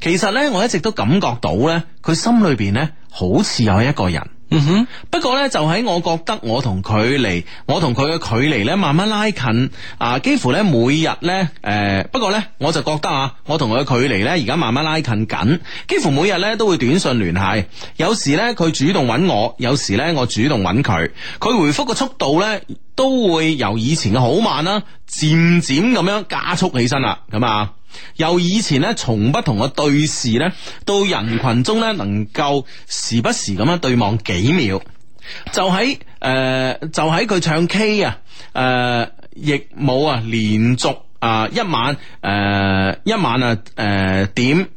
A: 其實咧我一直都感覺到咧，佢心裏邊咧好似有一個人。
C: 嗯哼，
A: 不過呢，就喺我覺得我同距離，我同佢嘅距離呢慢慢拉近啊，幾乎呢每日呢，誒、不過呢，我就覺得啊，我同佢嘅距離呢而家慢慢拉近緊，幾乎每日呢都會短信聯繫，有時呢，佢主動揾我，有時呢，我主動揾佢，佢回覆嘅速度呢，都會由以前嘅好慢啦，漸漸咁樣加速起身啦，咁啊。由以前咧，從不同嘅對視咧，到人群中咧，能夠時不時咁樣對望幾秒，就喺誒、呃就喺佢唱 K 啊，誒、亦冇啊，連續啊、一晚誒、呃一晚啊誒、呃、點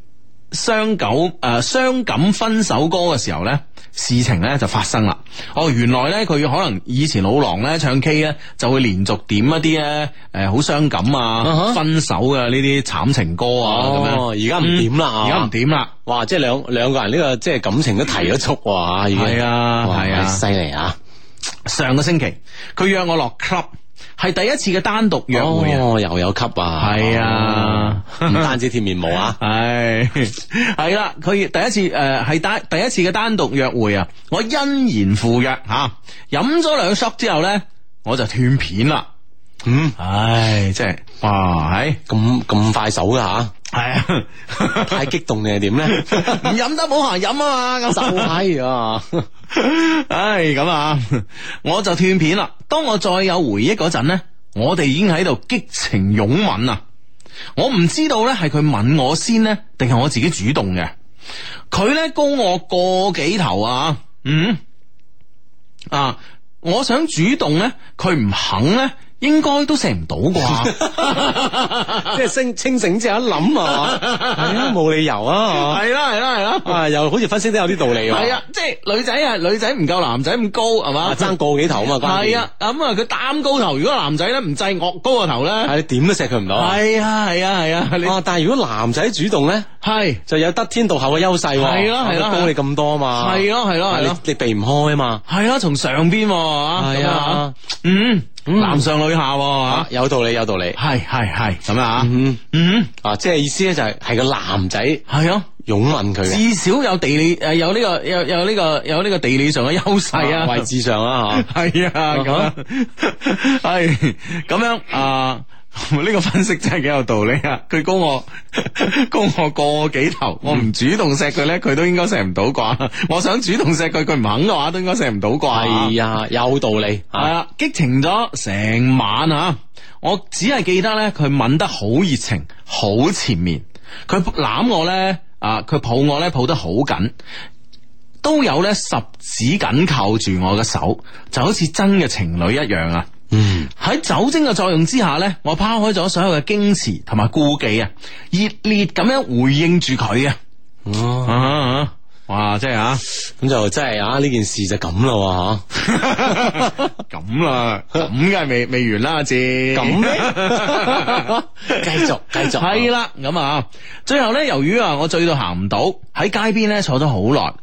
A: 傷九誒、呃、傷感分手歌嘅時候咧。事情咧就發生啦！哦，原來咧佢可能以前老狼咧唱 K 咧就會連續點一啲咧誒好傷感啊、
C: 啊哈
A: 分手嘅呢啲慘情歌啊咁樣，
C: 哦，而家唔點啦，啊
A: 嗯而家唔，點啦，
C: 哇，即係兩兩個人呢個即係感情都提咗速喎，已經
A: 係啊
C: 哇
A: 係啊
C: 犀利啊！
A: 上個星期佢約我落 club，係第一次嘅單獨約會啊。
C: 哦，又有級啊，
A: 係啊，
C: 哦 唔單止貼面膜啊
A: 唉， 係啦，佢第一次诶系單第一次嘅單獨約會啊，我欣然赴約吓，飲咗兩 shot 之後咧，我就斷片啦。
C: 嗯，
A: 唉，真係哇，係
C: 咁咁快手噶 吓，
A: 係啊，
C: 太激動定係點咧？
A: 唔飲得冇閒飲啊嘛，咁
C: 就係啊，
A: 唉，咁啊，我就斷片啦。當我再有回憶嗰陣呢，我哋已經喺度激情擁吻啦。我唔知道呢係佢吻我先呢，定係我自己主動嘅。佢呢高我個幾頭啊，嗯啊，我想主動呢，佢唔肯呢，應該都食唔到啩。
C: 即係清清醒之後一諗啊，係啊，冇理由啊，
A: 係啦係啦係啦，
C: 啊，又好似分析得有啲道理喎，
A: 係啊，即係女仔係女仔唔夠男仔咁高係嘛
C: 啊，，爭個幾頭啊嘛，關
A: 系
C: 鍵
A: 啊，，咁啊，佢擔高頭，如果男仔咧唔制惡高個頭咧，
C: 係你點都錫佢唔到啊。
A: 係啊，係啊，係啊，你
C: 啊！但係如果男仔主動咧，
A: 係
C: 就有得天獨厚嘅優勢喎，
A: 係咯係咯
C: 佢高你咁多嘛，
A: 係咯，係咯，係
C: 但係
A: 咯
C: 你，你避唔開啊嘛，
A: 係咯，從上邊喎
C: 係
A: 咁
C: 啊
A: 啊，嗯，男上女下喎
C: 啊
A: 啊，
C: 有道理有道理，
A: 係係係咁啊，
C: 嗯
A: 嗯，
C: 啊，即係意思咧就係係個男仔
A: 係啊，
C: 擁吻佢嘅，
A: 至少有地理誒有呢個有有呢個有呢個地理上嘅優勢啊，
C: 位置上 啦
A: 係啊，咁啊係咁樣啊。 呢個分析真係幾有道理啊！佢高我 高我個幾頭，我唔主動錫佢咧，佢都應該錫唔到啩。我想主動錫佢，佢唔肯嘅話，都應該錫唔到啩。
C: 嚇，係啊，有道理
A: 係
C: 啊，
A: 啊，激情咗成晚啊！我只係記得咧，佢吻得好熱情，好前面，佢攬我咧，啊，佢抱我咧，抱得好緊，都有咧十指緊扣住我嘅手，就好似真嘅情侶一樣啊！
C: 嗯，
A: 喺酒精嘅作用之下呢，我拋開咗所有嘅矜持同埋顧忌啊，熱烈咁樣回應住佢啊！
C: 哦，
A: 啊，哇，真係啊，
C: 咁就真係啊，呢件事就咁咯喎啊嚇，
A: 咁啦，咁梗係未未完啦，阿志
C: 咁咧， 繼續繼續，
A: 系啦，咁啊，最後咧，由於啊，我醉到行唔到，喺街邊咧坐咗好耐。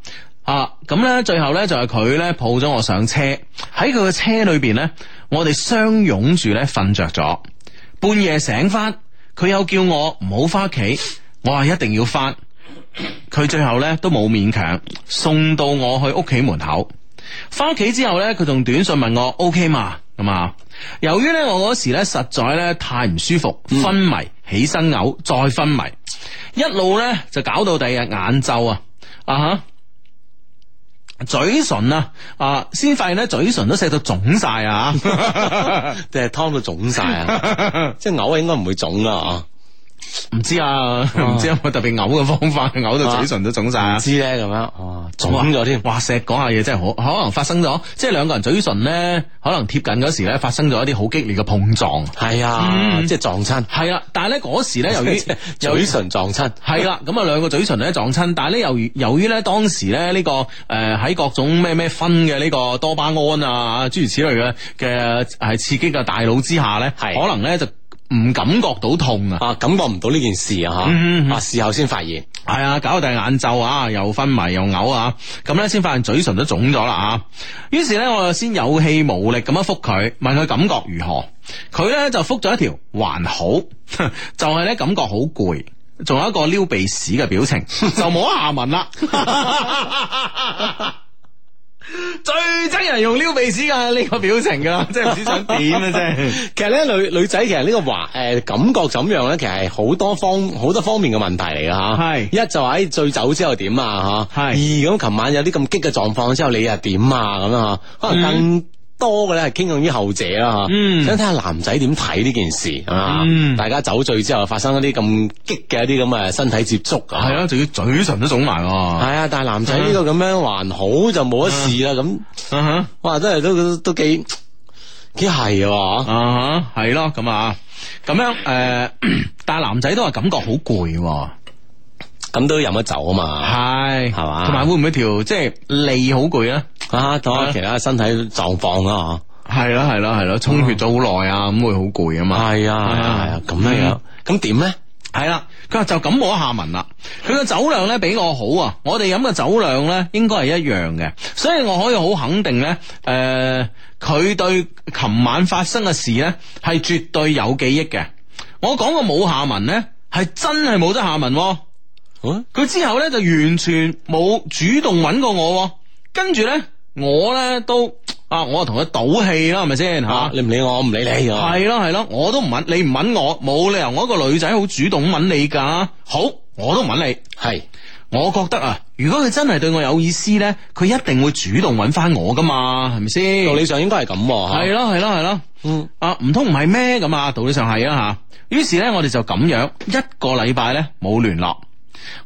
A: 啊，咁咧，最後咧就係佢咧抱咗我上車，喺佢嘅車裏邊咧，我哋相擁住咧瞓着咗。半夜醒翻，佢有叫我唔好翻屋企，我話一定要翻。佢最後咧都冇勉強，送到我去屋企門口。翻屋企之後咧，佢仲短信問我 OK 嘛？咁啊，由於咧我嗰時咧實在咧太唔舒服，
C: 嗯
A: 昏迷，起身嘔，再昏迷，一路咧就搞到第二日晏晝啊，啊哈！嘴唇啊，啊，先發現咧嘴唇都食到腫晒 啊！
C: 定係湯到腫晒 啊！即係嘔啊應該唔會腫啦
A: 唔知啊，唔知有冇特別嘔嘅方法，嘔到嘴唇都腫晒
C: 啊！
A: 啊
C: 唔！知咧咁樣，哦，腫咗添，
A: 哇！石講下嘢真係可可能發生咗，即係兩個人嘴唇咧，可能貼近嗰時咧，發生咗一啲好激烈嘅碰撞。
C: 係啊，即係撞 親，
A: 係啦，但係咧嗰時咧，由於由於
C: 嘴唇撞親，
A: 係啦，咁啊兩個嘴唇咧撞親，但係咧由於由於咧當時咧呢、個誒喺、各種咩咩分嘅呢個多巴胺啊諸如此類嘅嘅係刺激嘅大腦之下咧，
C: 係
A: 可能咧就唔感覺到痛啊。
C: 啊，感覺唔到呢件事啊，
A: 嗯嗯嗯
C: 吓，啊，事後先發現，
A: 係啊，搞到第晏晝啊，又昏迷又嘔啊，咁咧先發現嘴唇都腫咗啦啊！於是咧，我就先有氣無力咁樣覆佢，問佢感覺如何。佢咧就覆咗一條還好， 就係咧感覺好攰，仲有一個撩鼻屎嘅表情，就冇下文啦。最憎人用撩鼻屎嘅呢個表情噶，即係唔知想點啊！真 係。
C: 其實咧女女仔其實呢個話誒感覺咁樣咧，其實係好多方好多方面嘅問題嚟㗎吓。
A: 係
C: 一就話誒醉酒之後點啊吓，
A: 係
C: 二咁琴晚有啲咁激嘅狀況之後你又點啊咁樣吓，可能更多嘅咧係傾向於後者啦吓。
A: 嗯
C: 想睇下男仔點睇呢件事啊
A: 嗯？
C: 大家酒醉之後發生一啲咁激嘅一啲咁嘅身體接觸啊。
A: 係啊，仲要嘴唇都腫埋
C: 係
A: 喎。
C: 啊，但係男仔呢個咁樣還好就冇乜事啦咁。
A: 嗯哼。
C: 哇，真係都都都幾幾係喎。
A: 啊哈，系咯，咁啊，咁樣诶、呃 但系男仔都話感覺好攰喎，
C: 咁都飲咗酒啊嘛。
A: 係
C: 係嘛
A: 同埋會唔會條即係脷好攰咧？
C: 啊，睇下其他身體狀況啦，啊
A: 係咯係咯係咯，充血咗好耐啊，咁會好攰啊
C: 嗬。
A: 嘛。
C: 係啊，係啊，係啊，咁樣樣，咁點咧？
A: 係啦，佢話就咁摸下文啦。佢個酒量咧比我好啊，我哋飲嘅酒量咧應該係一樣嘅，所以我可以好肯定咧，诶、佢對琴晚發生嘅事咧係絕對有記憶嘅。我講嘅冇下文咧，係真係冇得下文、喎。
C: 啊
A: 佢之後咧就完全冇主動揾過我喎，跟住咧我咧都啊，我同佢賭氣啦，係咪先
C: 啊
A: 吓？
C: 你唔理我，我唔理你啊。
A: 係咯係咯，我都唔揾你唔揾我，冇理由我一個女仔好主動揾你噶。好，我都唔揾你。
C: 係
A: 我覺得啊，如果佢真係對我有意思咧，佢一定會主動揾翻我噶嘛，係咪先？
C: 道理上應該係咁喎。啊
A: 係
C: 係
A: 咯係咯係咯。
C: 嗯，
A: 啊，唔通唔係咩咁啊？道理上係啊吓。於是咧，我哋就咁樣一個禮拜咧冇聯絡。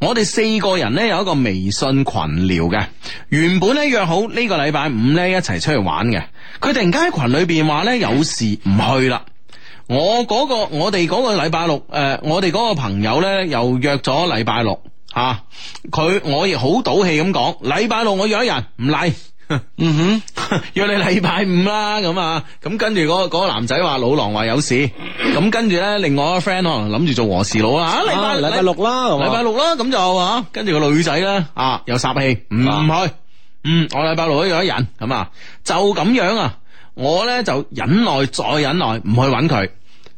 A: 我哋四個人咧有一個微信群聊嘅，原本咧約好呢個禮拜五咧一齊出去玩嘅。佢突然間喺群裏邊話咧有事唔去啦。我嗰、個我哋嗰個禮拜六，誒、我哋嗰個朋友咧又約咗禮拜六嚇，佢、我亦好賭氣咁講，禮拜六我約咗人唔嚟。 嗯哼，約你禮拜五啦，咁啊，咁跟住嗰個嗰個男仔話老狼話有事，咁跟住咧另外一個 friend 可能諗住做和事佬啦，啊禮
C: 啊
A: 拜
C: 禮拜六啦，係嘛
A: 禮拜六啦，咁就啊，跟住個女仔咧啊，又煞氣，唔
C: 啊
A: 去，嗯，我禮拜六都約咗人，咁啊，就咁樣啊，我咧就忍耐再忍耐，唔去揾佢，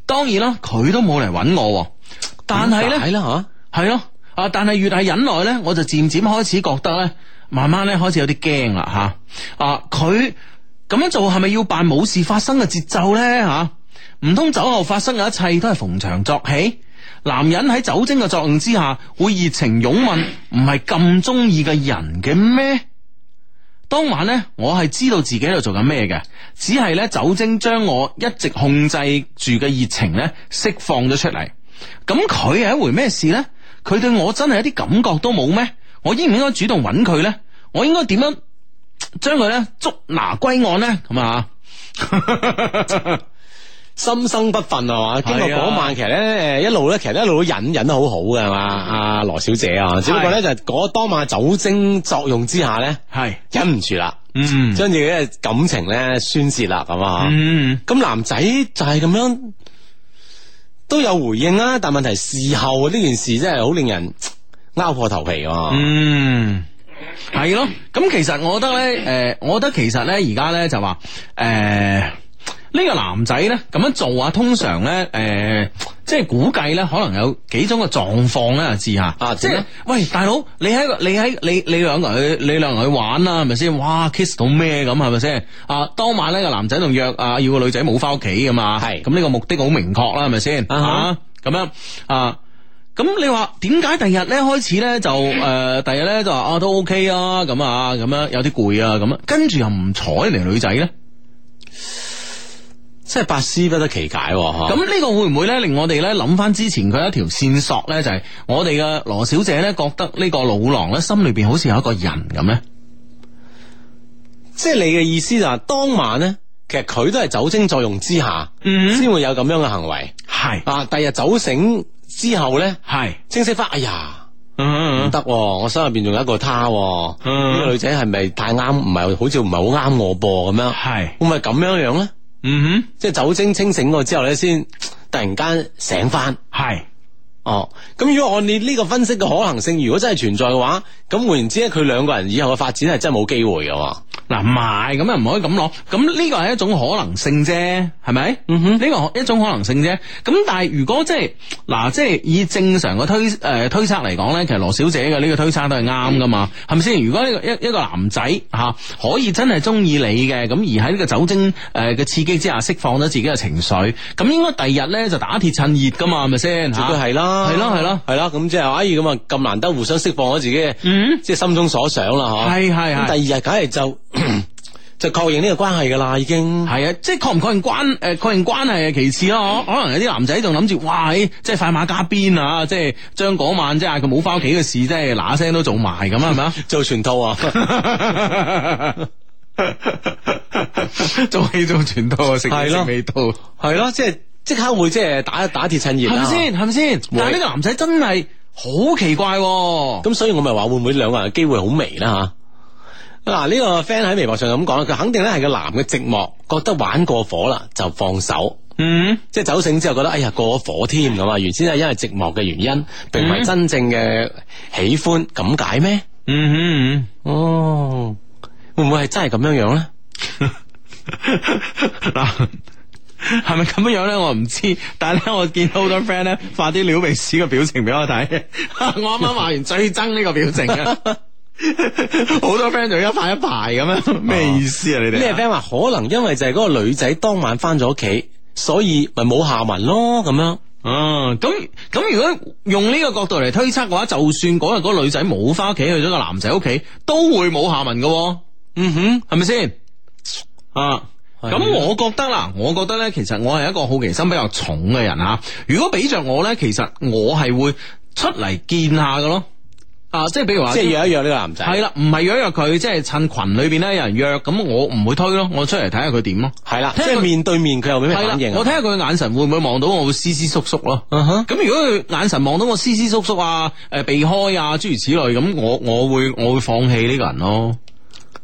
A: 當然啦，佢都冇嚟揾我喎，但係
C: 係
A: 咧，
C: 啦
A: 係咯，啊，但係越係忍耐咧，我就漸漸開始覺得咧，慢慢咧開始有啲驚啦吓，啊，佢咁樣做係咪要扮冇事發生嘅節奏咧吓？啊唔通酒後發生嘅一切都係逢場作戲？男人喺酒精嘅作用之下，會熱情擁吻唔係咁中意嘅人嘅咩？當晚呢，我係知道自己喺度做緊咩嘅，只係呢酒精將我一直控制住嘅熱情呢釋放咗出嚟。咁佢係一回咩事呢？佢對我真係一啲感覺都冇咩？我應唔應該主動揾佢呢？我應該點樣將佢呢捉拿歸案呢？咁啊？
C: 嗬，心生不忿係嘛？經過
A: 係啊
C: 嗰晚其實咧誒一路咧，其實一路都忍忍得好好嘅係嘛？阿羅小姐啊，只不過咧就係嗰當晚酒精作用之下咧，
A: 係，
C: 忍唔住啦，
A: 嗯
C: 將自己嘅感情咧宣泄啦，咁啊。
A: 嗯。
C: 咁男仔就係咁樣都有回應啦，但問題事後啊呢件事真係好令人拗破頭皮啊！
A: 嗯，係咯。咁其實我覺得咧，诶、我覺得其實咧，而家咧就話，诶、呢個男仔咧咁樣做啊，通常咧，诶、即係估計咧，可能有幾種嘅狀況啦，知下。
C: 啊
A: 即
C: 點
A: 係
C: 咧
A: 喂，大佬，你喺個你喺你你兩個人去你兩個人去玩啦，係咪先？哇，kiss 到咩咁係咪先？啊，當晚呢個男仔仲約啊，要個女仔冇翻屋企噶嘛，
C: 係
A: 咁呢個目的好明確啦，係咪先？
C: 啊哈
A: 啊，咁樣啊。咁你話點解第日咧開始咧就誒、呃第日咧就話啊都 OK 啊咁啊咁樣有啲攰啊咁啊，跟住又唔睬嚟女仔咧？
C: 真係百思不得其解喎，
A: 咁
C: 咁
A: 呢個會唔會咧令我哋咧諗翻之前佢一條線索咧，就係、我哋嘅羅小姐咧覺得呢個老狼咧心裏邊好似有一個人咁咧？
C: 即係你嘅意思就係當晚咧，其實佢都係酒精作用之下，
A: 嗯
C: 先會有咁樣嘅行為
A: 係
C: 啊。第日酒醒之後咧，
A: 係，
C: 清晰翻，哎呀唔
A: 嗯
C: 得喎，我心入邊仲有一個他喎，
A: 嗯
C: 呢個女仔係咪太啱？唔係好似唔係好啱我噃咁樣，
A: 係
C: 會唔會係咁樣樣咧？
A: 嗯
C: 即係酒精清醒過之後咧，先突然間醒翻。
A: 哼，係
C: 哦，咁如果按你呢個分析嘅可能性，如果真係存在嘅話，咁換言之咧，佢兩個人以後嘅發展係真係冇機會嘅喎。
A: 嗱唔係咁又唔可以咁攞，咁呢個係一種可能性啫，係咪？嗯哼，呢個一種可能性啫。咁但係如果即係嗱，即係以正常嘅推誒、呃推測嚟講咧，其實羅小姐嘅呢個推測都係啱噶嘛，係咪先？如果呢個一一個男仔嚇、可以真係中意你嘅，咁而喺呢個酒精誒呃嘅、刺激之下釋放咗自己嘅情緒，咁應該第二日咧就打鐵趁熱噶嘛，係咪先？
C: 絕對係啦，
A: 係咯係咯
C: 係啦。咁即係哎咁啊，咁難得互相釋放咗自己嘅，
A: 嗯
C: 即係心中所想啦，嗬。
A: 係係係
C: 咁第二日梗係 就就確認呢個關係噶啦，已經。
A: 系啊，即系確唔確認關诶、確認關係係其次咯，可可能有啲男仔仲諗住，哇，咦即係快馬加鞭啊，即係將嗰晚即係嗌佢冇翻屋企嘅事，即係嗱嗱聲都做埋咁啊，係咪啊？
C: 做全套啊！
A: 做戲做全套啊，食
C: 係咯
A: 到，
C: 係咯，即係即刻會即係打打鐵趁熱
A: 係咪
C: 啦。
A: 先？係咪先？但係呢個男仔真係好奇怪、喎。
C: 咁所以我咪話會唔會兩個人嘅機會好微啦吓？嗱、呢、個 friend 喺微博上就咁講啦，佢肯定咧係個男嘅寂寞，覺得玩過火啦就放手，
A: 嗯，
C: 即係酒醒之後覺得哎呀過咗火添咁啊，原先係因為寂寞嘅原因，並唔係真正嘅喜歡咁解咩？
A: 嗯哼。
C: 哦，會唔會係真係咁樣樣咧？
A: 嗱。係咪咁樣樣咧？我唔知，但係咧，我見到好多 friend 咧發啲撩鼻屎嘅表情俾我睇。 我啱啱話完最憎呢個表情啊！ 好多 friend 就一排一排咁樣，咩意思啊？你哋
C: 咩 friend 話可能因為就係嗰個女仔當晚翻咗屋企，所以咪冇下文咯咁樣。
A: 嗯，咁咁如果用呢個角度嚟推測嘅話，就算嗰日嗰個女仔冇翻屋企，去咗個男仔屋企，都會冇下文嘅喎。
C: 嗯哼。
A: 係咪先？啊！
C: 係
A: 咁我覺得啦，我覺得咧，其實我係一個好奇心比較重嘅人啊。如果俾着我咧，其實我係會出嚟見下嘅咯。啊，即係比如話，
C: 即係約一約呢個男仔，
A: 係啦，唔係約一約佢，即係趁群裏邊咧有人約，咁我唔會推咯，我出嚟睇下佢點咯。
C: 係啦，即
A: 聽佢
C: 係面對面佢有咩
A: 係啦
C: 反應，啊？
A: 我睇下佢嘅眼神會唔會望到我會斯斯縮縮咯。
C: 嗯哼
A: 咁如果佢眼神望到我斯斯縮縮啊，誒避開啊，諸如此類，咁我我會我會放棄呢個人咯。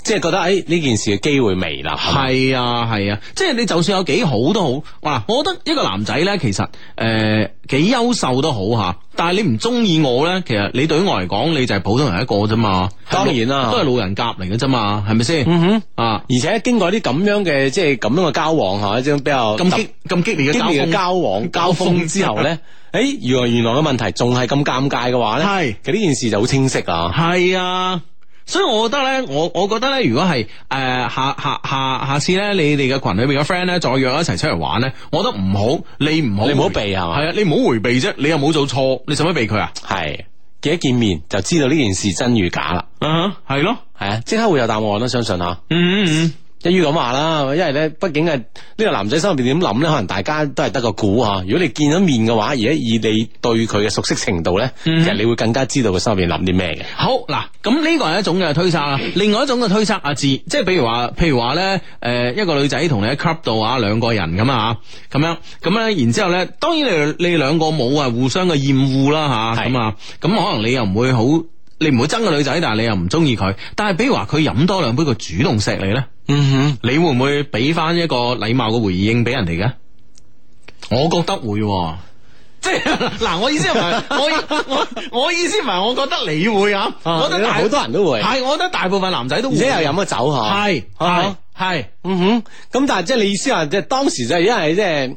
C: 即係覺得誒呢件事嘅機會微啦，係嘛
A: 係啊係啊，即係你就算有幾好都好，嗱，我覺得一個男仔咧，其實誒幾優秀都好吓，但係你唔中意我咧，其實你對於我嚟講，你就係普通人一個啫嘛，
C: 當然啦
A: 都係老人甲嚟嘅啫嘛，係咪先？
C: 嗯哼，
A: 啊，
C: 而且經過啲咁樣嘅即係咁樣嘅交往嚇，即係比較
A: 咁激咁激烈嘅
C: 激
A: 交
C: 烈嘅
A: 鋒，
C: 交 往交鋒之後咧，誒原來原來嘅問題仲係咁尷尬嘅話咧，
A: 係
C: 其實呢件事就好清晰啦。
A: 係啊。所以我覺得咧，我我覺得咧，如果係誒、呃下下下下次咧，你哋嘅群裏邊嘅 friend 咧，再約一齊出嚟玩咧，我覺得唔好，你唔好
C: 你唔好
A: 回
C: 避係嘛
A: 係啊，你唔好回避啫，你又冇做錯，你使乜避佢啊？
C: 係幾一見面就知道呢件事真與假啦，
A: 啊，係咯，
C: 係啊，即刻會有答案啦，相信嚇。
A: 嗯嗯
C: 一於咁話啦，因為咧，畢竟係呢個男仔心入邊點諗咧，可能大家都係得個估吓。如果你見咗面嘅話，而家以你對佢嘅熟悉程度咧，其實你會更加知道佢心入邊諗啲咩嘅。
A: 嗯，好嗱，咁呢個係一種嘅推測啦，另外一種嘅推測阿志，即係譬如話，譬如話咧，誒、一個女仔同你喺 club 度啊，兩個人咁啊，咁樣咁咧，然之後咧，當然你你兩個冇啊互相嘅厭惡啦吓，
C: 係
A: 咁啊，咁可能你又唔會好，你唔會憎個女仔，但係你又唔中意佢，但係比如話佢飲多兩杯，佢主動錫你咧，
C: 嗯
A: 你會唔會俾翻一個禮貌嘅回應俾人哋嘅？我覺得會、喎，即係 嗱，我意思唔係我我我意思唔係，我覺得你會啊，我覺得大
C: 好多人都會，而
A: 係，我覺得大部分男仔都會
C: 且又飲咗酒吓。
A: 係
C: 啊
A: 係係
C: 嗯哼，咁但係即係你意思話，即係當時就係因為即係。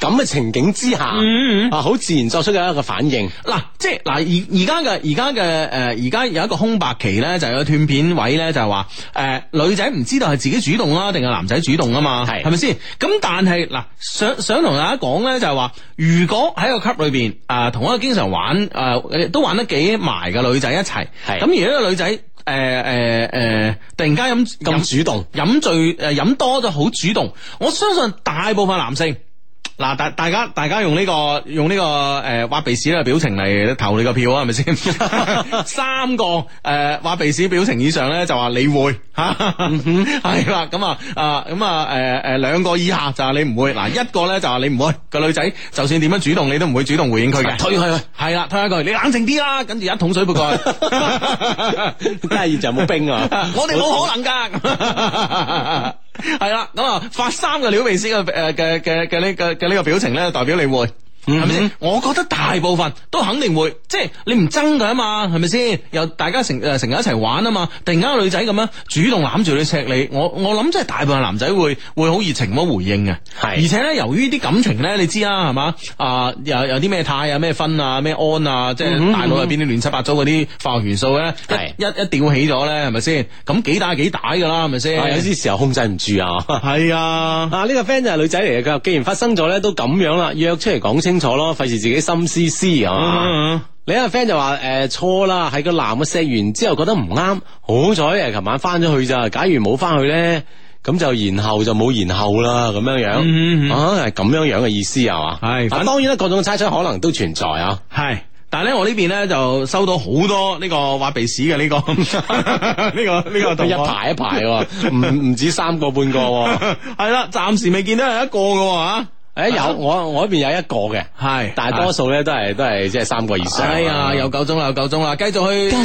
C: 咁嘅情景之下，
A: 嗯嗯
C: 啊，好自然作出嘅一個反應。
A: 嗱，即係嗱，而而家嘅而家嘅誒，而家有一個空白期咧，就有個斷片位咧，就係話誒女仔唔知道係自己主動啦，定係男仔主動啊嘛，
C: 係
A: 係咪先？咁但係嗱，想想同大家講咧，就係話，如果喺個 club 裏邊啊，同一個經常玩誒都玩得幾埋嘅女仔一齊，
C: 係
A: 咁而一個女仔誒誒誒，突然間飲
C: 咁主動，
A: 飲醉誒飲多咗好主動，我相信大部分男性。嗱，大大家大家用呢、個用呢、個誒挖、鼻屎嘅表情嚟投你個票啊，係咪先？ 三個誒挖、鼻屎表情以上咧，就話你會 吓，
C: 嗯
A: 係啦，咁啊啊咁啊誒誒兩個以下就話你唔會，嗱一個咧就話你唔會，個女仔就算點樣主動，你都唔會主動回應佢嘅，
C: 推佢去
A: 係啦，推下佢，你冷靜啲啦，跟住一桶水潑過去。
C: 真係現場冇冰啊！
A: 我哋冇可能噶。 係啦，咁啊，發三個撩鼻屎嘅誒嘅嘅嘅呢嘅嘅呢個表情咧，代表你會。係咪先？我覺得大部分都肯定會，即係你唔憎佢啊嘛，係咪先？又大家成誒成日一齊玩啊嘛，突然間個女仔咁樣主動攬住你錫你，我我諗真係大部分男仔會會好熱情咁樣回應嘅。而
C: 係
A: 且咧，由於啲感情咧，你知啦，係嘛啊，有有啲咩肽啊、咩酚啊、咩胺啊，即係大腦入邊啲亂七八糟嗰啲化學元素咧，
C: 嗯係
A: 一一一吊起咗咧，係咪先？咁幾打幾打噶啦，係咪先？
C: 啊有啲時候控制唔住啊！
A: 係啊，
C: 啊！呢、個 friend 就係女仔嚟嘅，佢話既然發生咗咧，都咁樣啦，約出嚟講清楚咯，費事自己心思思啊！
A: 嗯
C: 另一個 friend 就話誒錯啦，係個男嘅錫完之後覺得唔啱，好彩誒啊琴晚翻咗去咋，假如冇翻去咧，咁就然後就冇然後啦，咁樣樣、
A: 嗯嗯嗯
C: 啊，係咁樣樣嘅意思係嘛？
A: 係
C: 啊
A: 反
C: 當然啦，各種猜測可能都存在啊。
A: 係。但係咧，我呢邊咧就收到好多呢個挖鼻屎嘅呢個 呢個呢個同
C: 一
A: 學
C: 排一排喎， 唔唔止三個半個喎。
A: 係啦，暫時未見到有一個嘅喎啊
C: 誒有我我呢邊有一個嘅，
A: 嚇，係
C: 但係多數咧都係都係即係三個以上。啊
A: 哎呀，有夠鐘啦，有夠鐘啦，繼續去。